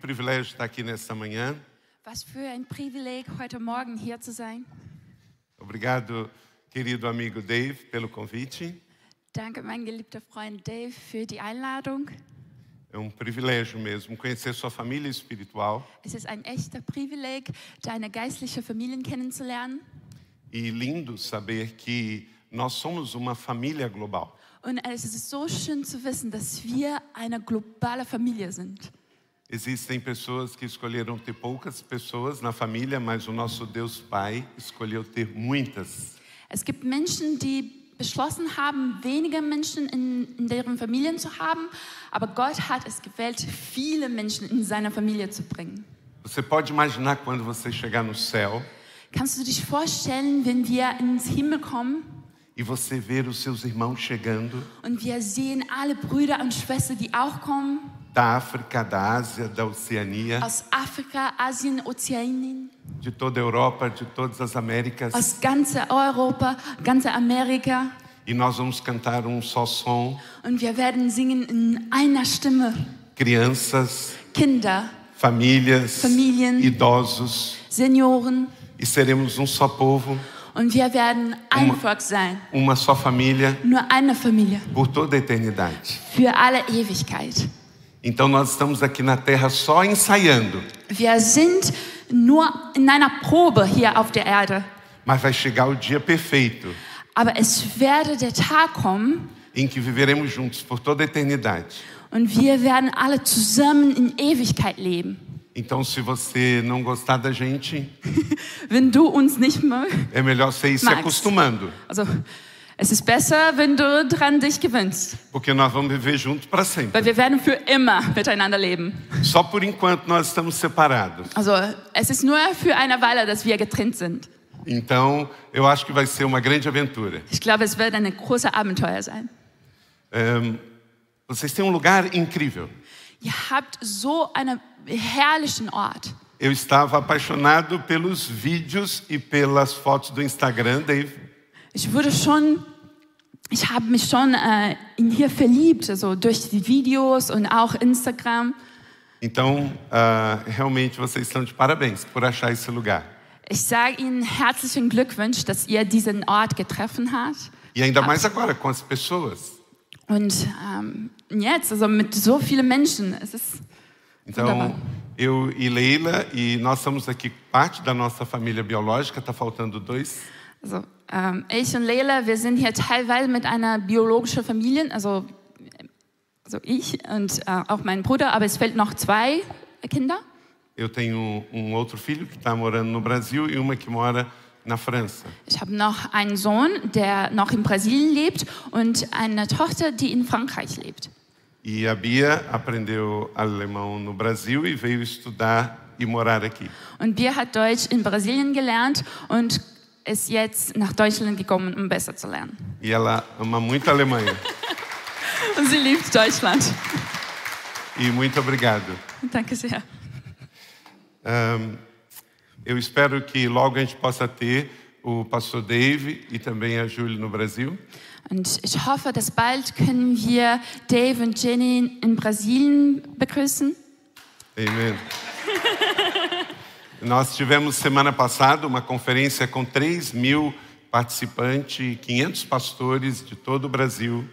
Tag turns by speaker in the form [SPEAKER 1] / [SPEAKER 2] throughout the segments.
[SPEAKER 1] privilégio estar aqui nesta manhã.
[SPEAKER 2] Was für ein Privileg, heute Morgen hier zu sein.
[SPEAKER 1] Obrigado, querido amigo Dave, pelo convite.
[SPEAKER 2] Danke, mein geliebter Freund Dave, für die Einladung.
[SPEAKER 1] É um privilégio mesmo conhecer sua família espiritual
[SPEAKER 2] Es ist ein echter Privileg, deine geistliche Familien kennenzulernen.
[SPEAKER 1] e lindo saber que nós somos uma família global.
[SPEAKER 2] Und es ist so schön zu wissen, dass wir eine globale Familie sind.
[SPEAKER 1] Existem pessoas que escolheram ter poucas pessoas na família, mas o nosso Deus Pai escolheu ter muitas.
[SPEAKER 2] Es gibt Menschen, die beschlossen haben, wenige Menschen in, in deren Familien zu haben, aber Gott hat es gewählt, viele Menschen in seine Familie zu bringen.
[SPEAKER 1] Você pode imaginar quando você chegar no céu
[SPEAKER 2] Kannst du dich vorstellen, wenn wir ins Himmel kommen
[SPEAKER 1] e você ver os seus irmãos chegando
[SPEAKER 2] und wir sehen alle Brüder und Schwestern, die auch kommen,
[SPEAKER 1] da África, da Ásia, da Oceania,
[SPEAKER 2] aus Afrika, Asien, Ozeanien,
[SPEAKER 1] de toda a Europa, de todas as Américas,
[SPEAKER 2] aus ganzer Europa, ganzer Amerika
[SPEAKER 1] e nós vamos cantar um só som.
[SPEAKER 2] und wir werden singen in einer Stimme.
[SPEAKER 1] Crianças,
[SPEAKER 2] Kinder,
[SPEAKER 1] famílias,
[SPEAKER 2] Família.
[SPEAKER 1] idosos,
[SPEAKER 2] Senioren
[SPEAKER 1] e seremos um só povo,
[SPEAKER 2] und wir werden ein Volk sein.
[SPEAKER 1] uma só família
[SPEAKER 2] Nur eine Familie.
[SPEAKER 1] por toda a eternidade.
[SPEAKER 2] Für alle Ewigkeit.
[SPEAKER 1] Então nós estamos aqui na Terra só ensaiando,
[SPEAKER 2] Wir sind nur in einer Probe hier auf der Erde.
[SPEAKER 1] mas vai chegar o dia perfeito
[SPEAKER 2] Aber es werde der Tag kommen
[SPEAKER 1] em que viveremos juntos por toda a eternidade.
[SPEAKER 2] und wir werden alle zusammen in Ewigkeit leben.
[SPEAKER 1] Então se você não gostar da gente,
[SPEAKER 2] Wenn du uns nicht mögst,
[SPEAKER 1] é melhor você ir se
[SPEAKER 2] Max.
[SPEAKER 1] acostumando,
[SPEAKER 2] also es ist besser, wenn du dran dich gewöhnst,
[SPEAKER 1] porque nós vamos viver juntos para sempre.
[SPEAKER 2] weil wir werden für immer miteinander leben.
[SPEAKER 1] Só por enquanto nós estamos separados.
[SPEAKER 2] Also es ist nur für eine Weile, dass wir getrennt sind.
[SPEAKER 1] Então, eu acho que vai ser uma grande aventura.
[SPEAKER 2] Ich glaube, es wird ein großes Abenteuer sein.
[SPEAKER 1] Vocês têm um lugar incrível.
[SPEAKER 2] Ihr habt so einen herrlichen Ort.
[SPEAKER 1] Eu estava apaixonado pelos vídeos e pelas fotos do Instagram, Dave.
[SPEAKER 2] Ich wurde schon, ich habe mich schon äh, in hier verliebt, also durch die Videos und auch Instagram.
[SPEAKER 1] Então, ah, realmente vocês estão de parabéns por achar esse lugar.
[SPEAKER 2] Ich sage Ihnen herzlichen Glückwunsch, dass ihr diesen Ort getroffen habt.
[SPEAKER 1] E ainda mais agora com as pessoas.
[SPEAKER 2] Und ähm, jetzt, also mit so vielen Menschen, es ist
[SPEAKER 1] Então,
[SPEAKER 2] Wunderbar.
[SPEAKER 1] eu e Leila, e nós somos aqui parte da nossa família biológica, está faltando dois.
[SPEAKER 2] Also, ähm, ich und Leila, wir sind hier teilweise mit einer biologischen Familie, also, äh, also ich und äh, auch mein Bruder, aber es fehlt noch zwei Kinder.
[SPEAKER 1] Eu tenho um outro filho que está morando no Brasil e uma que mora na França.
[SPEAKER 2] Ich habe noch einen Sohn, der noch in Brasilien lebt und eine Tochter, die in Frankreich lebt.
[SPEAKER 1] E a Bia aprendeu alemão no Brasil e veio estudar e morar aqui.
[SPEAKER 2] Und Bia hat Deutsch in Brasilien gelernt und ist jetzt nach Deutschland gekommen, um besser zu lernen.
[SPEAKER 1] E ela ama muito a Alemanha.
[SPEAKER 2] Und sie liebt Deutschland.
[SPEAKER 1] E muito obrigado.
[SPEAKER 2] Danke sehr.
[SPEAKER 1] Eu espero que logo a gente possa ter o pastor Dave e também a Júlia no Brasil.
[SPEAKER 2] Und ich hoffe, dass bald können wir Dave und Jenny in Brasilien begrüßen.
[SPEAKER 1] Amen. Nós tivemos semana passada uma conferência com 3 mil participantes, 500 pastores de todo o Brasil.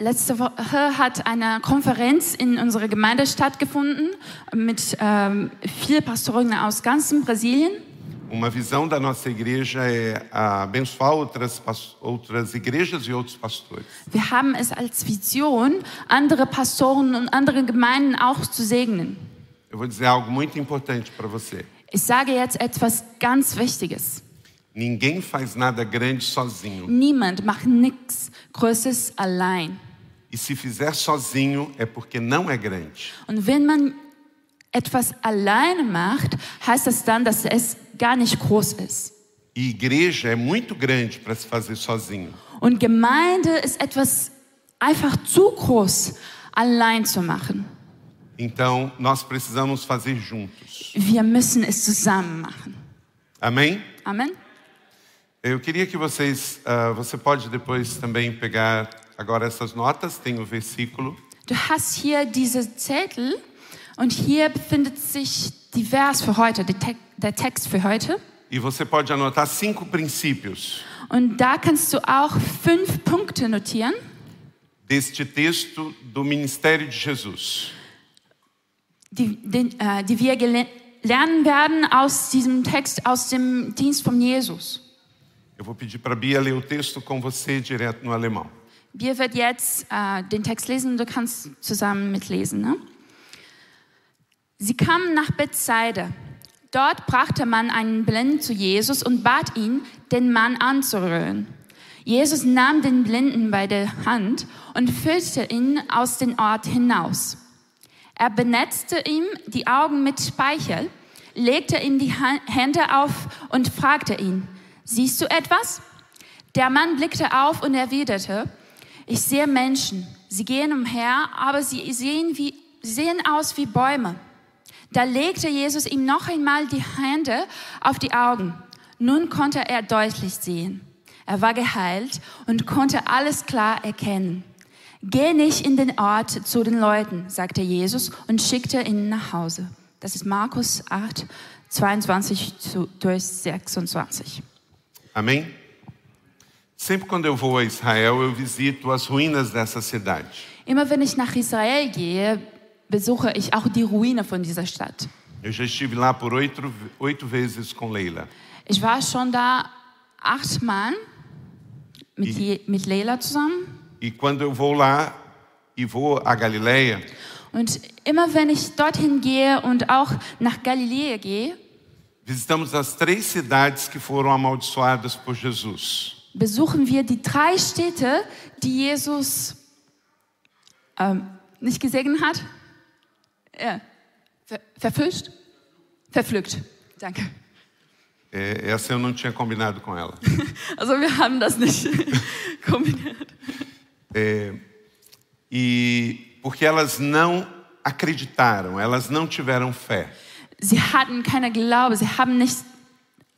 [SPEAKER 2] Letzte Woche hat eine Konferenz in unserer Gemeinde stattgefunden mit ähm, vier Pastoren aus ganzem Brasilien.
[SPEAKER 1] Uma visão da nossa igreja é abençoar outras, pas- outras igrejas e outros pastores.
[SPEAKER 2] Wir haben es als Vision, andere Pastoren und andere Gemeinden auch zu segnen.
[SPEAKER 1] Eu vou dizer algo muito importante para você.
[SPEAKER 2] Ich sage jetzt etwas ganz Wichtiges.
[SPEAKER 1] Ninguém faz nada grande sozinho.
[SPEAKER 2] Niemand macht nichts Größes allein.
[SPEAKER 1] E se fizer sozinho é porque não é grande.
[SPEAKER 2] Und wenn man etwas alleine macht, heißt das dann, dass es gar nicht groß ist.
[SPEAKER 1] E igreja é muito grande para se fazer sozinho.
[SPEAKER 2] Und Gemeinde ist etwas einfach zu groß, allein zu machen.
[SPEAKER 1] Então nós precisamos fazer juntos.
[SPEAKER 2] Wir müssen es zusammen machen.
[SPEAKER 1] Amém?
[SPEAKER 2] Amen.
[SPEAKER 1] Eu queria que vocês, ah, você pode depois também pegar agora essas notas, tem o versículo.
[SPEAKER 2] Du hast hier diese Zettel Und hier befindet sich die Vers für heute, die Te der Text für heute.
[SPEAKER 1] E você pode anotar cinco princípios
[SPEAKER 2] Und da kannst du auch fünf Punkte notieren
[SPEAKER 1] deste texto do ministério de Jesus.
[SPEAKER 2] die, den, äh, die wir gele- lernen werden aus diesem Text, aus dem Dienst von Jesus.
[SPEAKER 1] Eu vou pedir para a Bia ler o texto com você direto no alemão.
[SPEAKER 2] Wir wird jetzt äh, den Text lesen und du kannst zusammen mitlesen. Ne? Sie kamen nach Bethsaida. Dort brachte man einen Blinden zu Jesus und bat ihn, den Mann anzurühren. Jesus nahm den Blinden bei der Hand und führte ihn aus dem Ort hinaus. Er benetzte ihm die Augen mit Speichel, legte ihm die Han- Hände auf und fragte ihn, siehst du etwas? Der Mann blickte auf und erwiderte, ich sehe Menschen, sie gehen umher, aber sie sehen, wie, sie sehen aus wie Bäume. Da legte Jesus ihm noch einmal die Hände auf die Augen. Nun konnte er deutlich sehen. Er war geheilt und konnte alles klar erkennen. Geh nicht in den Ort zu den Leuten, sagte Jesus und schickte ihn nach Hause. Das ist Markus 8, 22 zu- durch 26.
[SPEAKER 1] Amém? Sempre quando eu vou a Israel, eu visito as ruínas dessa cidade.
[SPEAKER 2] Immer wenn ich nach Israel gehe, besuche ich auch die Ruine von dieser Stadt.
[SPEAKER 1] Eu já estive lá por oito, oito vezes com Leila.
[SPEAKER 2] Ich war schon da achtmal mit, Je mit Leila zusammen.
[SPEAKER 1] E quando eu vou lá e vou à Galileia,
[SPEAKER 2] Und immer wenn ich dorthin gehe und auch nach Galiläa gehe,
[SPEAKER 1] visitamos as três cidades que foram amaldiçoadas por Jesus.
[SPEAKER 2] besuchen wir die drei Städte, die Jesus ähm, nicht gesegnet hat. Ja. Ver verfüllt? Verpflückt. Danke.
[SPEAKER 1] É, essa eu não tinha combinado com ela.
[SPEAKER 2] Also wir haben das nicht kombiniert.
[SPEAKER 1] E porque elas não acreditaram, elas não tiveram fé.
[SPEAKER 2] Sie hatten keine Glaube, sie haben nicht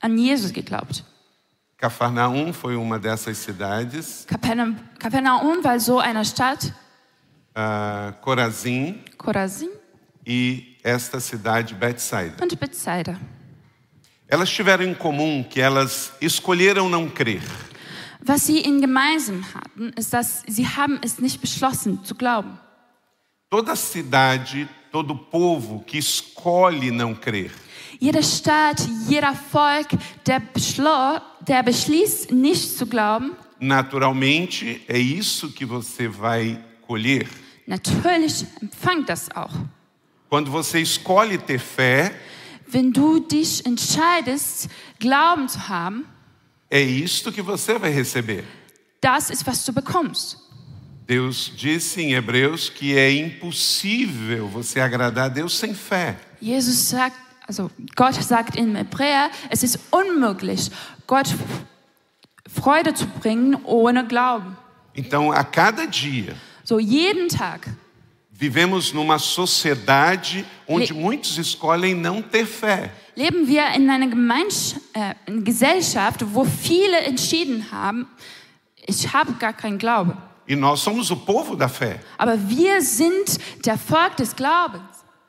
[SPEAKER 2] an Jesus geglaubt.
[SPEAKER 1] Cafarnaum foi uma dessas cidades,
[SPEAKER 2] Kapernaum, Kapernaum war so eine Stadt,
[SPEAKER 1] ah, Corazim
[SPEAKER 2] Korazin
[SPEAKER 1] e esta cidade Betsaida.
[SPEAKER 2] und Bethsaida.
[SPEAKER 1] Elas tiveram em comum que elas escolheram não crer.
[SPEAKER 2] Was sie in gemeinsam hatten, ist, dass sie haben es nicht beschlossen zu glauben.
[SPEAKER 1] Toda cidade, todo povo que escolhe não crer,
[SPEAKER 2] Jede Stadt, jeder Volk, der, beschlo- der beschließt, nicht zu glauben,
[SPEAKER 1] naturalmente é isso que você vai colher.
[SPEAKER 2] natürlich empfängt das auch.
[SPEAKER 1] Quando você escolhe ter fé,
[SPEAKER 2] Wenn du dich entscheidest, Glauben zu haben,
[SPEAKER 1] é isto que você vai receber.
[SPEAKER 2] das ist, was du bekommst.
[SPEAKER 1] Deus disse em Hebreus que é impossível você agradar a Deus sem fé.
[SPEAKER 2] Jesus sagt, also Gott sagt in Hebräer, es ist unmöglich, Gott Freude zu bringen ohne Glauben.
[SPEAKER 1] Então, a cada dia,
[SPEAKER 2] So jeden Tag
[SPEAKER 1] vivemos numa sociedade onde
[SPEAKER 2] Le-
[SPEAKER 1] muitos escolhem não ter fé.
[SPEAKER 2] leben wir in einer Gemeinsch äh, in Gesellschaft, wo viele entschieden haben, ich habe gar keinen Glaube.
[SPEAKER 1] E nós somos o povo da fé.
[SPEAKER 2] Aber wir sind der Volk des Glaubens.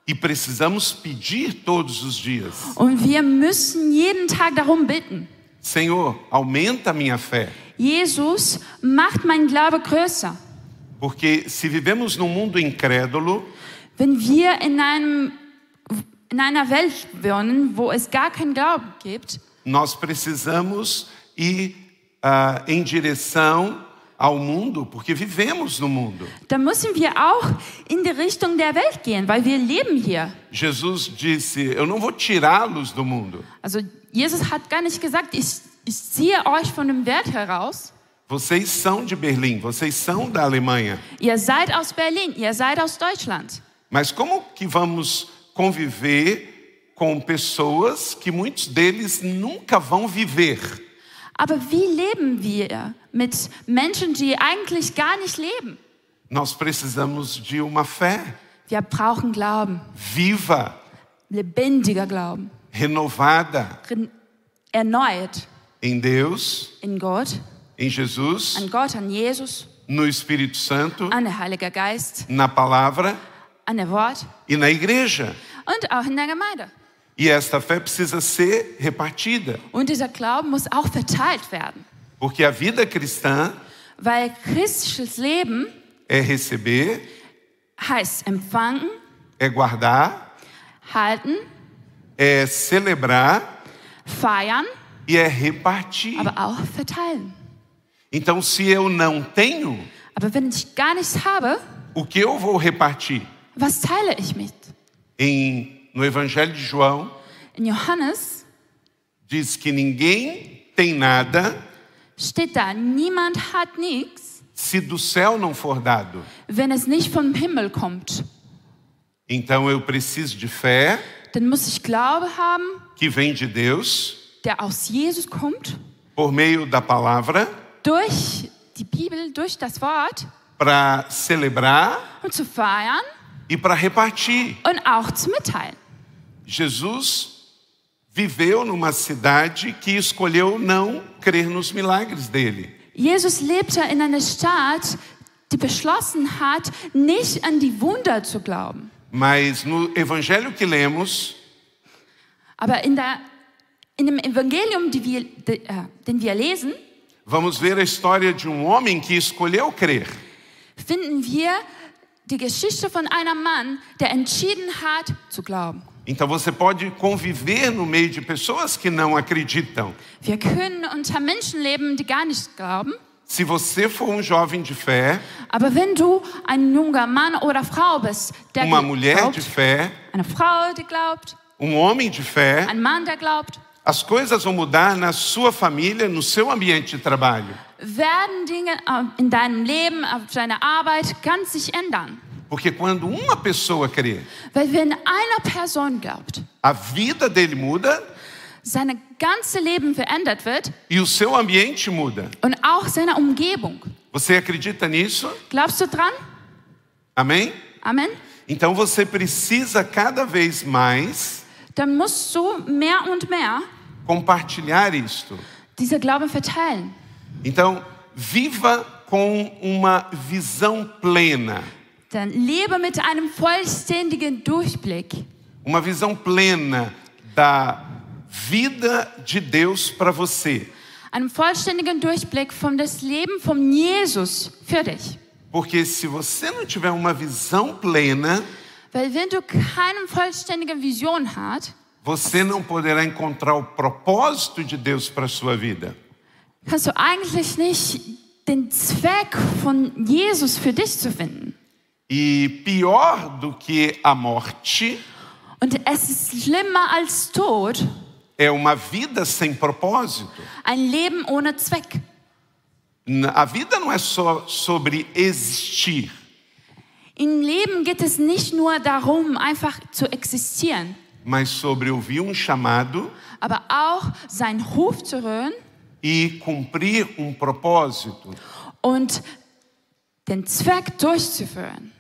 [SPEAKER 1] E precisamos pedir todos os dias:
[SPEAKER 2] Und wir müssen jeden Tag darum bitten.
[SPEAKER 1] Senhor, aumenta a minha fé.
[SPEAKER 2] Jesus macht meinen Glaube größer.
[SPEAKER 1] Porque se vivemos num mundo incrédulo,
[SPEAKER 2] Wenn wir in, einem, in einer Welt wohnen, wo es gar keinen Glauben gibt,
[SPEAKER 1] nós precisamos ir ah, em direção ao mundo, porque vivemos no mundo.
[SPEAKER 2] dann müssen wir auch in die Richtung der Welt gehen, weil wir leben hier.
[SPEAKER 1] Jesus disse: Eu não vou tirá-los do mundo.
[SPEAKER 2] Also Jesus hat gar nicht gesagt, ich, ich ziehe euch von dem Welt heraus.
[SPEAKER 1] Vocês são de Berlim, vocês são da Alemanha.
[SPEAKER 2] Ihr seid aus Berlin, ihr seid aus Deutschland.
[SPEAKER 1] Mas como que vamos conviver com pessoas que muitos deles nunca vão viver?
[SPEAKER 2] Aber wie leben wir mit Menschen, die eigentlich gar nicht leben?
[SPEAKER 1] Nós precisamos de uma fé
[SPEAKER 2] Wir brauchen Glauben,
[SPEAKER 1] viva,
[SPEAKER 2] lebendiger Glauben,
[SPEAKER 1] renovada
[SPEAKER 2] Ren- erneuert
[SPEAKER 1] em Deus,
[SPEAKER 2] in Gott,
[SPEAKER 1] em Jesus,
[SPEAKER 2] an Gott, an Jesus,
[SPEAKER 1] no Espírito Santo,
[SPEAKER 2] an der Heiliger Geist,
[SPEAKER 1] na palavra
[SPEAKER 2] an der Wort
[SPEAKER 1] e na igreja.
[SPEAKER 2] und auch in der Gemeinde.
[SPEAKER 1] E esta fé precisa ser repartida,
[SPEAKER 2] Und dieser Glauben muss auch verteilt werden,
[SPEAKER 1] porque a vida cristã
[SPEAKER 2] weil christliches Leben
[SPEAKER 1] é receber,
[SPEAKER 2] heißt empfangen,
[SPEAKER 1] é guardar,
[SPEAKER 2] halten,
[SPEAKER 1] é celebrar
[SPEAKER 2] feiern,
[SPEAKER 1] e é repartir.
[SPEAKER 2] aber auch verteilen.
[SPEAKER 1] Então, se eu não tenho,
[SPEAKER 2] Aber wenn ich gar nichts habe,
[SPEAKER 1] o que eu vou repartir?
[SPEAKER 2] was teile ich mit?
[SPEAKER 1] Em, no Evangelho de João,
[SPEAKER 2] In Johannes
[SPEAKER 1] diz que ninguém tem nada
[SPEAKER 2] steht da, niemand hat nichts,
[SPEAKER 1] se do céu não for dado.
[SPEAKER 2] wenn es nicht vom Himmel kommt.
[SPEAKER 1] Então, eu preciso de fé
[SPEAKER 2] Dann muss ich Glaube haben,
[SPEAKER 1] que vem de Deus,
[SPEAKER 2] der aus Jesus kommt,
[SPEAKER 1] por meio da palavra,
[SPEAKER 2] durch die Bibel, durch das Wort,
[SPEAKER 1] para celebrar
[SPEAKER 2] um zu feiern
[SPEAKER 1] e para repartir.
[SPEAKER 2] und auch zu mitteilen.
[SPEAKER 1] Jesus viveu numa cidade que escolheu não crer nos milagres dele.
[SPEAKER 2] Jesus lebte in einer Stadt, die beschlossen hat, nicht an die Wunder zu glauben.
[SPEAKER 1] Mas no evangelho que lemos,
[SPEAKER 2] Aber in, der, in dem Evangelium, die wir, de, äh, den wir lesen,
[SPEAKER 1] vamos ver a história de um homem que escolheu crer.
[SPEAKER 2] finden wir die Geschichte von einem Mann, der entschieden hat, zu glauben.
[SPEAKER 1] Então você pode conviver no meio de pessoas que não acreditam.
[SPEAKER 2] Wir können unter Menschen leben, die gar nicht glauben.
[SPEAKER 1] Se você for um jovem de fé,
[SPEAKER 2] Aber wenn du ein junger Mann oder Frau bist, der
[SPEAKER 1] uma mulher de
[SPEAKER 2] glaubt,
[SPEAKER 1] fé,
[SPEAKER 2] eine Frau, die glaubt,
[SPEAKER 1] um homem de fé,
[SPEAKER 2] ein Mann, der glaubt,
[SPEAKER 1] as coisas vão mudar na sua família, no seu ambiente de trabalho.
[SPEAKER 2] werden Dinge äh, in deinem Leben, auf deiner Arbeit ganz sich ändern.
[SPEAKER 1] Porque quando uma pessoa crê,
[SPEAKER 2] Weil wenn einer Person glaubt,
[SPEAKER 1] a vida dele muda
[SPEAKER 2] sein ganzes Leben verändert wird
[SPEAKER 1] e o seu ambiente muda.
[SPEAKER 2] und auch seine Umgebung.
[SPEAKER 1] Você acredita nisso?
[SPEAKER 2] Glaubst du dran?
[SPEAKER 1] Amém?
[SPEAKER 2] Amen.
[SPEAKER 1] Então você precisa cada vez mais
[SPEAKER 2] Dann musst du mehr und mehr
[SPEAKER 1] compartilhar isto.
[SPEAKER 2] diese Glauben verteilen.
[SPEAKER 1] Então, viva com uma visão plena.
[SPEAKER 2] Dann lebe mit einem vollständigen Durchblick.
[SPEAKER 1] Uma visão plena da vida de Deus para você.
[SPEAKER 2] Einem vollständigen Durchblick von das Leben von Jesus für dich.
[SPEAKER 1] Porque se você não tiver uma visão plena,
[SPEAKER 2] Weil wenn du keine vollständige Vision hast,
[SPEAKER 1] você não poderá encontrar o propósito de Deus para sua vida.
[SPEAKER 2] kannst du eigentlich nicht den Zweck von Jesus für dich zu finden.
[SPEAKER 1] E pior do que a morte
[SPEAKER 2] Und es ist schlimmer als Tod,
[SPEAKER 1] é uma vida sem propósito.
[SPEAKER 2] ein Leben ohne Zweck.
[SPEAKER 1] N- A vida não é só sobre existir.
[SPEAKER 2] Im Leben geht es nicht nur darum, einfach zu existieren,
[SPEAKER 1] mas sobre ouvir um chamado
[SPEAKER 2] aber auch seinen Ruf zu hören
[SPEAKER 1] e cumprir um propósito.
[SPEAKER 2] und den Zweck durchzuführen.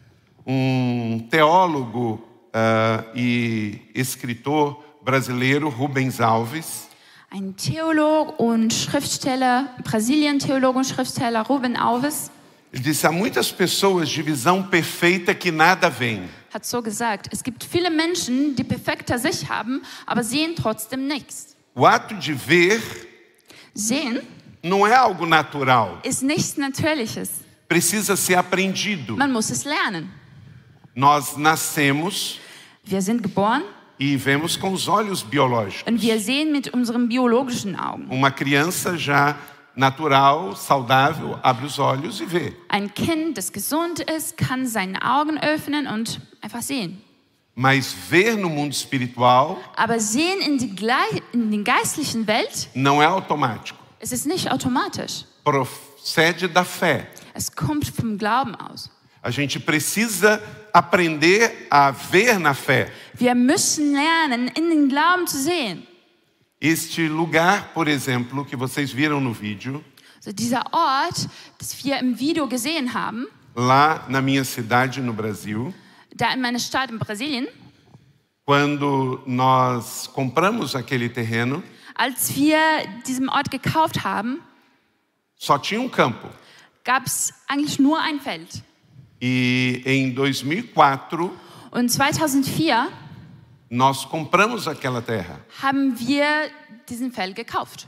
[SPEAKER 1] Um teólogo ah, e escritor brasileiro, Rubens Alves,
[SPEAKER 2] Ein Theolog und Schriftsteller, Brasilien-Theolog und Schriftsteller Ruben Alves
[SPEAKER 1] ele disse: há muitas pessoas de visão perfeita que nada vem.
[SPEAKER 2] hat so gesagt, es gibt viele Menschen, die perfekter Sicht haben, aber sehen trotzdem nichts.
[SPEAKER 1] O ato de ver
[SPEAKER 2] Sehen
[SPEAKER 1] não é algo natural,
[SPEAKER 2] ist nichts Natürliches.
[SPEAKER 1] precisa ser aprendido.
[SPEAKER 2] Man muss es lernen.
[SPEAKER 1] Nós nascemos
[SPEAKER 2] Wir sind geboren
[SPEAKER 1] e vemos com os olhos biológicos.
[SPEAKER 2] und wir sehen mit unseren biologischen Augen.
[SPEAKER 1] Uma criança já natural, saudável, abre os olhos e vê.
[SPEAKER 2] Ein Kind, das gesund ist, kann seine Augen öffnen und einfach sehen.
[SPEAKER 1] Mas ver no mundo espiritual
[SPEAKER 2] Aber sehen in, die gleich, in den geistlichen Welt
[SPEAKER 1] não é automático.
[SPEAKER 2] es ist nicht automatisch.
[SPEAKER 1] Procede da fé.
[SPEAKER 2] Es kommt vom Glauben aus.
[SPEAKER 1] A gente precisa aprender a ver na fé.
[SPEAKER 2] Wir müssen lernen, in den Glauben zu sehen.
[SPEAKER 1] Este lugar, por exemplo, que vocês viram no vídeo,
[SPEAKER 2] Also dieser Ort, das wir im Video gesehen haben,
[SPEAKER 1] lá na minha cidade, no Brasil,
[SPEAKER 2] da in meiner Stadt in Brasilien,
[SPEAKER 1] quando nós compramos aquele terreno,
[SPEAKER 2] als wir diesen Ort gekauft haben,
[SPEAKER 1] só tinha um campo.
[SPEAKER 2] gab es eigentlich nur ein Feld.
[SPEAKER 1] E em 2004,
[SPEAKER 2] Und 2004
[SPEAKER 1] Nós compramos aquela terra.
[SPEAKER 2] haben wir diesen Feld gekauft.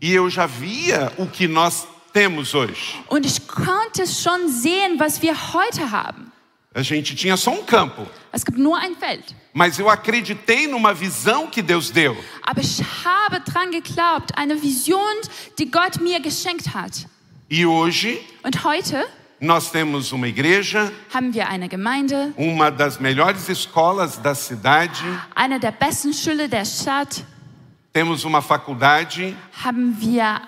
[SPEAKER 1] E eu já via o que nós temos hoje.
[SPEAKER 2] Und ich konnte schon sehen, was wir heute haben.
[SPEAKER 1] A gente tinha só um campo.
[SPEAKER 2] Es gibt nur ein Feld.
[SPEAKER 1] Mas eu acreditei numa visão que Deus deu.
[SPEAKER 2] Aber ich habe dran geglaubt, eine Vision, die Gott mir geschenkt hat.
[SPEAKER 1] E hoje
[SPEAKER 2] Und heute
[SPEAKER 1] nós temos uma igreja,
[SPEAKER 2] haben wir eine Gemeinde,
[SPEAKER 1] uma das melhores escolas da cidade,
[SPEAKER 2] eine der besten Schule der Stadt,
[SPEAKER 1] temos uma faculdade,
[SPEAKER 2] haben wir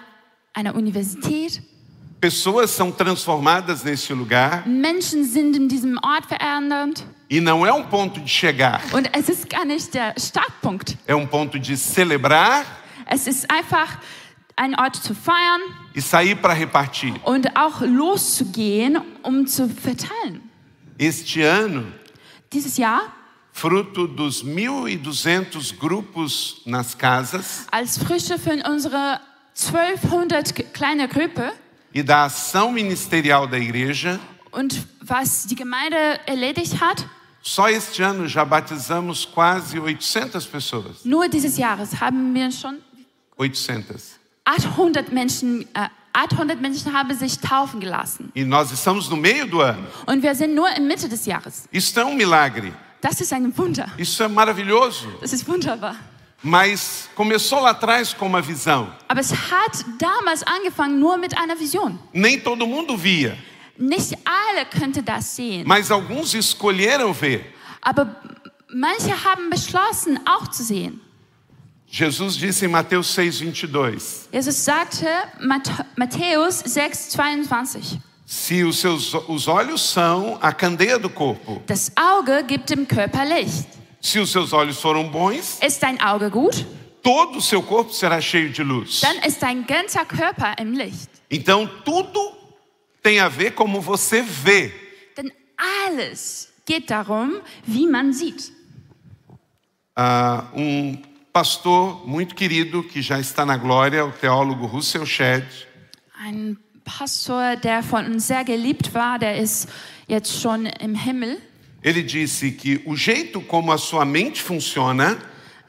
[SPEAKER 2] eine Universität.
[SPEAKER 1] pessoas são transformadas nesse lugar
[SPEAKER 2] Menschen sind in diesem Ort verändert.
[SPEAKER 1] e não é um ponto de chegar,
[SPEAKER 2] Und es ist gar nicht der Startpunkt.
[SPEAKER 1] é um ponto de celebrar
[SPEAKER 2] Es ist einfach ein Ort zu feiern
[SPEAKER 1] e sair para repartir.
[SPEAKER 2] und auch loszugehen, um zu verteilen.
[SPEAKER 1] Este ano,
[SPEAKER 2] Dieses Jahr
[SPEAKER 1] fruto dos 1.200 grupos nas casas
[SPEAKER 2] als Frische für unsere 1200 kleine Gruppe
[SPEAKER 1] e da ação ministerial da igreja,
[SPEAKER 2] und was die Gemeinde erledigt hat,
[SPEAKER 1] só este ano já batizamos quase 800 pessoas.
[SPEAKER 2] nur dieses Jahres haben wir schon
[SPEAKER 1] 800.
[SPEAKER 2] 800 Menschen, äh, 800 Menschen haben sich taufen gelassen.
[SPEAKER 1] E nós estamos no meio do ano.
[SPEAKER 2] Und wir sind nur in Mitte des Jahres.
[SPEAKER 1] Isso é um milagre.
[SPEAKER 2] Das ist ein Wunder.
[SPEAKER 1] Isso é maravilhoso.
[SPEAKER 2] Das ist wunderbar.
[SPEAKER 1] Mas começou lá atrás com uma visão.
[SPEAKER 2] Aber es hat damals angefangen nur mit einer Vision.
[SPEAKER 1] Nem todo mundo via,
[SPEAKER 2] Nicht alle könnte das sehen,
[SPEAKER 1] mas alguns escolheram ver.
[SPEAKER 2] aber manche haben beschlossen, auch zu sehen.
[SPEAKER 1] Jesus disse em Mateus 6:22:
[SPEAKER 2] Jesus sagte, Math- Matthäus 6, 22,
[SPEAKER 1] Se os seus os olhos são a candeia do corpo,
[SPEAKER 2] das Auge gibt dem Körper Licht.
[SPEAKER 1] se os seus olhos foram bons,
[SPEAKER 2] Ist dein Auge gut,
[SPEAKER 1] todo o seu corpo será cheio de luz.
[SPEAKER 2] dann ist dein ganzer Körper im Licht.
[SPEAKER 1] Então tudo tem a ver como você vê.
[SPEAKER 2] Denn alles geht darum, wie man sieht.
[SPEAKER 1] Ah, um pastor muito querido que já está na glória, o teólogo Russell Shedd,
[SPEAKER 2] Ein Pastor, der von uns sehr geliebt war, der ist jetzt schon im Himmel,
[SPEAKER 1] Ele disse que o jeito como a sua mente funciona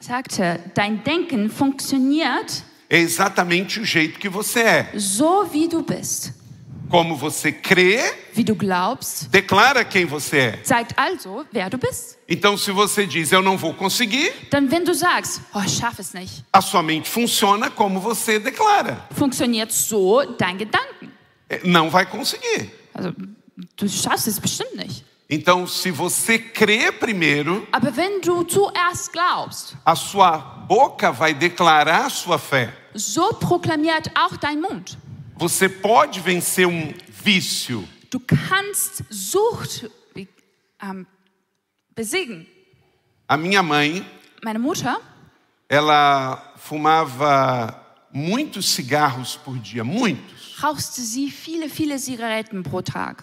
[SPEAKER 2] sagte, dein Denken funktioniert
[SPEAKER 1] é exatamente o jeito que você é.
[SPEAKER 2] so, wie du bist.
[SPEAKER 1] Como você crê,
[SPEAKER 2] Wie du glaubst,
[SPEAKER 1] declara quem você é.
[SPEAKER 2] zeigt also, wer du bist.
[SPEAKER 1] Então, se você diz eu não vou conseguir,
[SPEAKER 2] Denn wenn du sagst, oh, ich schaffe es nicht,
[SPEAKER 1] a sua mente funciona como você declara.
[SPEAKER 2] funktioniert so dein Gedanken.
[SPEAKER 1] É, Não vai conseguir.
[SPEAKER 2] Also, du schaffst es bestimmt nicht.
[SPEAKER 1] Então, se você crê primeiro,
[SPEAKER 2] Aber wenn du zuerst glaubst,
[SPEAKER 1] a sua boca vai declarar a sua fé.
[SPEAKER 2] so proklamiert auch dein Mund.
[SPEAKER 1] Você pode vencer um vício,
[SPEAKER 2] Du kannst Sucht be- ähm, besiegen.
[SPEAKER 1] A minha mãe,
[SPEAKER 2] Meine Mutter,
[SPEAKER 1] ela fumava muitos cigarros por dia, muitos.
[SPEAKER 2] rauchte sie viele, viele Zigaretten pro Tag.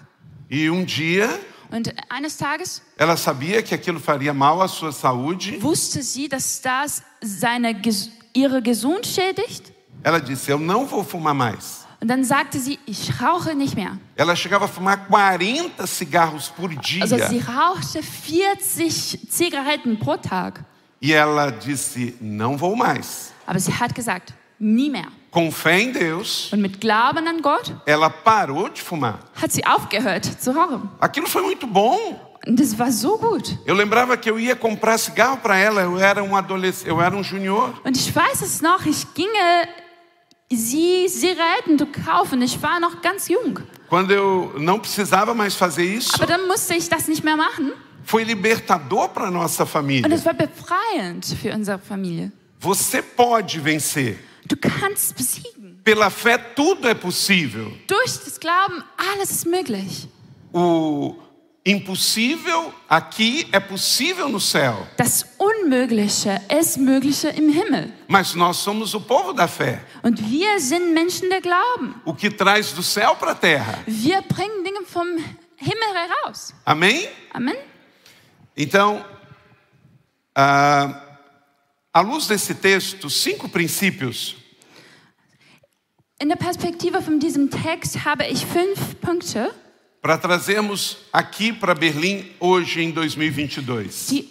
[SPEAKER 1] E um dia
[SPEAKER 2] Und eines Tages
[SPEAKER 1] ela sabia que aquilo faria mal à sua saúde.
[SPEAKER 2] wusste sie, dass das seine, Ges- ihre Gesundheit schädigt.
[SPEAKER 1] Ela disse: "Eu não vou fumar mais".
[SPEAKER 2] Und dann sagte sie, ich rauche nicht mehr.
[SPEAKER 1] Ela chegava a fumar 40 cigarros por dia.
[SPEAKER 2] Also sie rauchte 40 Zigaretten pro Tag.
[SPEAKER 1] E ela disse: "Não vou mais".
[SPEAKER 2] Aber sie hat gesagt, nie mehr.
[SPEAKER 1] Com fé em Deus,
[SPEAKER 2] Und mit Glauben an Gott
[SPEAKER 1] ela parou de fumar.
[SPEAKER 2] hat sie aufgehört zu rauchen.
[SPEAKER 1] Aquilo foi muito bom.
[SPEAKER 2] Und das war so gut.
[SPEAKER 1] Eu lembrava que eu ia comprar cigarro para ela, eu era um adolescente, eu era um junior.
[SPEAKER 2] Und ich weiß es noch, ich ginge sie Zigaretten zu kaufen. Ich war noch ganz jung.
[SPEAKER 1] Quando eu não precisava mais fazer isso,
[SPEAKER 2] Aber dann musste ich das nicht mehr machen.
[SPEAKER 1] foi libertador para nossa
[SPEAKER 2] Und
[SPEAKER 1] família.
[SPEAKER 2] es war befreiend für unsere Familie.
[SPEAKER 1] Você pode vencer.
[SPEAKER 2] Du kannst besiegen.
[SPEAKER 1] Pela fé tudo é possível.
[SPEAKER 2] Durch das Glauben, alles ist möglich.
[SPEAKER 1] O impossível aqui é possível no céu,
[SPEAKER 2] Das Unmögliche ist Mögliche im Himmel.
[SPEAKER 1] mas nós somos o povo da fé,
[SPEAKER 2] Und wir sind Menschen, der glauben.
[SPEAKER 1] o que traz do céu para a terra.
[SPEAKER 2] Wir bringen Dinge vom Himmel heraus.
[SPEAKER 1] Amém?
[SPEAKER 2] Amen.
[SPEAKER 1] Então, ah, à luz desse texto, cinco princípios
[SPEAKER 2] In der Perspektive von diesem Text habe ich fünf Punkte,
[SPEAKER 1] para trazermos aqui para Berlim hoje em 2022.
[SPEAKER 2] die,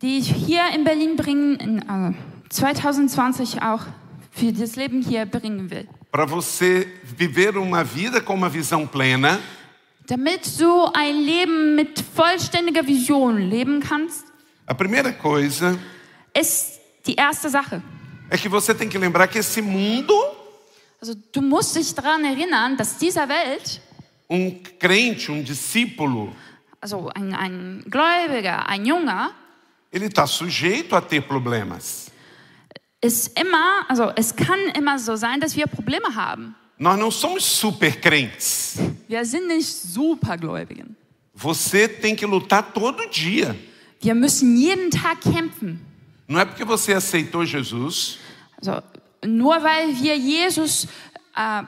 [SPEAKER 2] die ich hier in Berlin bringen, in, äh, 2020 auch für das Leben hier bringen will.
[SPEAKER 1] Para você viver uma vida com uma visão plena,
[SPEAKER 2] Damit du ein Leben mit vollständiger Vision leben kannst,
[SPEAKER 1] a primeira coisa
[SPEAKER 2] ist die erste Sache.
[SPEAKER 1] é que você tem que lembrar que esse mundo,
[SPEAKER 2] Also du musst dich daran erinnern, dass dieser Welt,
[SPEAKER 1] um crente, um discípulo,
[SPEAKER 2] also ein, ein Gläubiger, ein Junger,
[SPEAKER 1] ele está sujeito a ter problemas.
[SPEAKER 2] ist immer, also es kann immer so sein, dass wir Probleme haben.
[SPEAKER 1] Nós não somos super crentes.
[SPEAKER 2] Wir sind nicht Supergläubigen.
[SPEAKER 1] Você tem que lutar todo dia.
[SPEAKER 2] Wir müssen jeden Tag kämpfen.
[SPEAKER 1] Não é porque você aceitou Jesus
[SPEAKER 2] Also nur weil wir Jesus äh,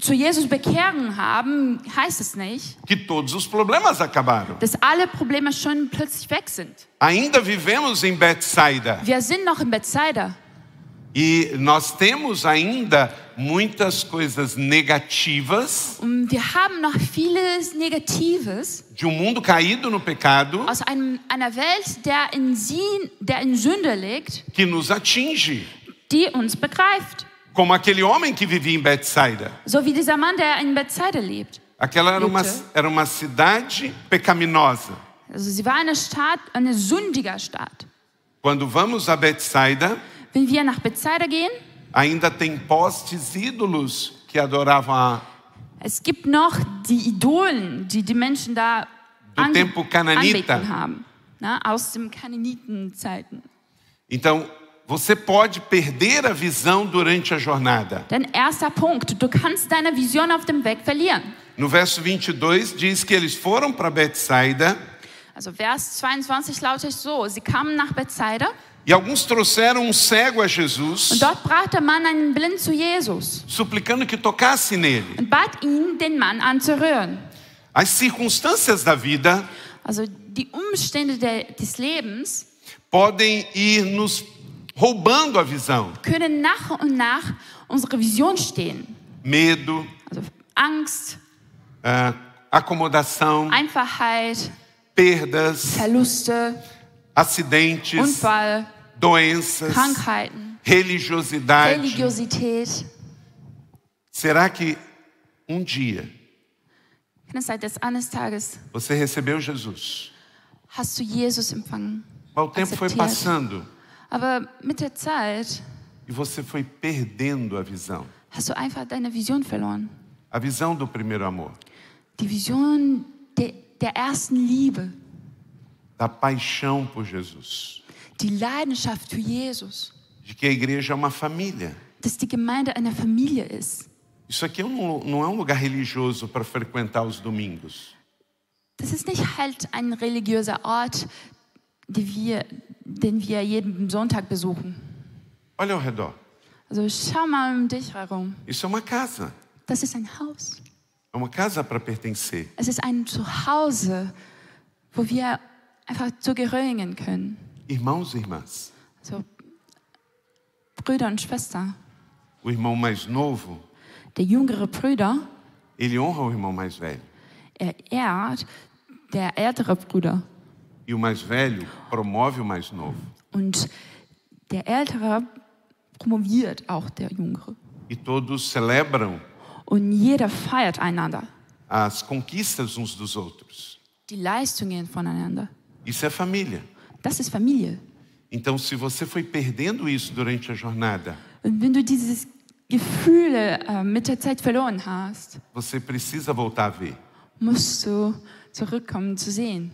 [SPEAKER 2] zu Jesus bekehren haben, heißt es nicht,
[SPEAKER 1] que todos os problemas acabaram.
[SPEAKER 2] dass alle Probleme schon plötzlich weg sind.
[SPEAKER 1] Ainda vivemos em Betsaida
[SPEAKER 2] Wir sind noch in Bethsaida
[SPEAKER 1] e nós temos ainda muitas coisas negativas
[SPEAKER 2] und wir haben noch vieles Negatives
[SPEAKER 1] de um mundo caído no pecado
[SPEAKER 2] aus einem, einer Welt, der in, sie, der in Sünde liegt,
[SPEAKER 1] que nos atinge,
[SPEAKER 2] die uns begreift.
[SPEAKER 1] como aquele homem que vivia em Betsaida.
[SPEAKER 2] So wie dieser Mann, der in Bethsaida lebt.
[SPEAKER 1] Aquela era uma,
[SPEAKER 2] Luta.
[SPEAKER 1] era uma cidade pecaminosa.
[SPEAKER 2] Also sie war eine Stadt, eine sündiger Stadt.
[SPEAKER 1] Quando vamos a Betsaida,
[SPEAKER 2] Wenn wir nach Bethsaida gehen,
[SPEAKER 1] ainda tem postes ídolos que adoravam a,
[SPEAKER 2] es gibt noch die Idolen, die die Menschen da
[SPEAKER 1] Do tempo cananita.
[SPEAKER 2] anbeten haben, ne? aus dem Kananitenzeiten.
[SPEAKER 1] Então, você pode perder a visão durante a jornada.
[SPEAKER 2] Dann erster Punkt, du kannst deine Vision auf dem Weg verlieren.
[SPEAKER 1] No verso 22 diz que eles foram para Betsaida
[SPEAKER 2] Also Vers 22 lautet so, sie kamen nach Bethsaida
[SPEAKER 1] e alguns trouxeram um cego a Jesus,
[SPEAKER 2] und dort brach der Mann einen Blind zu Jesus
[SPEAKER 1] suplicando que tocasse nele.
[SPEAKER 2] und bat ihn, den Mann anzurühren.
[SPEAKER 1] As circunstâncias da vida
[SPEAKER 2] Also die Umstände der, des Lebens
[SPEAKER 1] podem ir nos roubando a visão.
[SPEAKER 2] können nach und nach unsere Vision stehen.
[SPEAKER 1] Medo,
[SPEAKER 2] Also Angst,
[SPEAKER 1] ah, acomodação,
[SPEAKER 2] Einfachheit,
[SPEAKER 1] perdas,
[SPEAKER 2] Verluste,
[SPEAKER 1] acidentes,
[SPEAKER 2] Unfall,
[SPEAKER 1] doenças,
[SPEAKER 2] Krankheiten,
[SPEAKER 1] religiosidade.
[SPEAKER 2] Religiosität.
[SPEAKER 1] Será que um dia
[SPEAKER 2] Kann es sein, dass eines Tages
[SPEAKER 1] você recebeu Jesus?
[SPEAKER 2] hast du Jesus empfangen?
[SPEAKER 1] Mas o tempo foi
[SPEAKER 2] Acceptei.
[SPEAKER 1] passando
[SPEAKER 2] Aber mit der Zeit
[SPEAKER 1] e você foi perdendo a visão.
[SPEAKER 2] hast du einfach deine Vision verloren.
[SPEAKER 1] A visão do primeiro amor,
[SPEAKER 2] Die Vision der, der ersten Liebe,
[SPEAKER 1] da paixão por Jesus.
[SPEAKER 2] die Leidenschaft für Jesus,
[SPEAKER 1] De que a igreja é uma família.
[SPEAKER 2] dass die Gemeinde eine Familie ist.
[SPEAKER 1] Isso aqui não, não é um lugar religioso para frequentar os domingos.
[SPEAKER 2] Das ist nicht halt ein religiöser Ort, die wir, den wir jeden Sonntag besuchen.
[SPEAKER 1] Olha ao redor.
[SPEAKER 2] Also schau mal um dich herum.
[SPEAKER 1] Isso é uma casa.
[SPEAKER 2] Das ist ein Haus.
[SPEAKER 1] É uma casa para pertencer.
[SPEAKER 2] Es ist ein Zuhause, wo wir einfach zugehören können.
[SPEAKER 1] Irmãos e irmãs,
[SPEAKER 2] So Brüder und Schwestern.
[SPEAKER 1] o irmão mais novo,
[SPEAKER 2] Der jüngere Brüder,
[SPEAKER 1] ele honra o irmão mais velho.
[SPEAKER 2] er ehrt der ältere Bruder.
[SPEAKER 1] E o mais velho promove o mais novo.
[SPEAKER 2] Und der ältere promoviert auch der jüngere.
[SPEAKER 1] E todos celebram
[SPEAKER 2] Und jeder feiert einander,
[SPEAKER 1] as conquistas uns dos outros.
[SPEAKER 2] die Leistungen voneinander.
[SPEAKER 1] Isso é família.
[SPEAKER 2] Das ist Familie.
[SPEAKER 1] Então, se você foi perdendo isso durante a jornada,
[SPEAKER 2] Und wenn du dieses Gefühle äh, mit der Zeit verloren hast,
[SPEAKER 1] você precisa voltar a ver.
[SPEAKER 2] musst du zurückkommen zu sehen.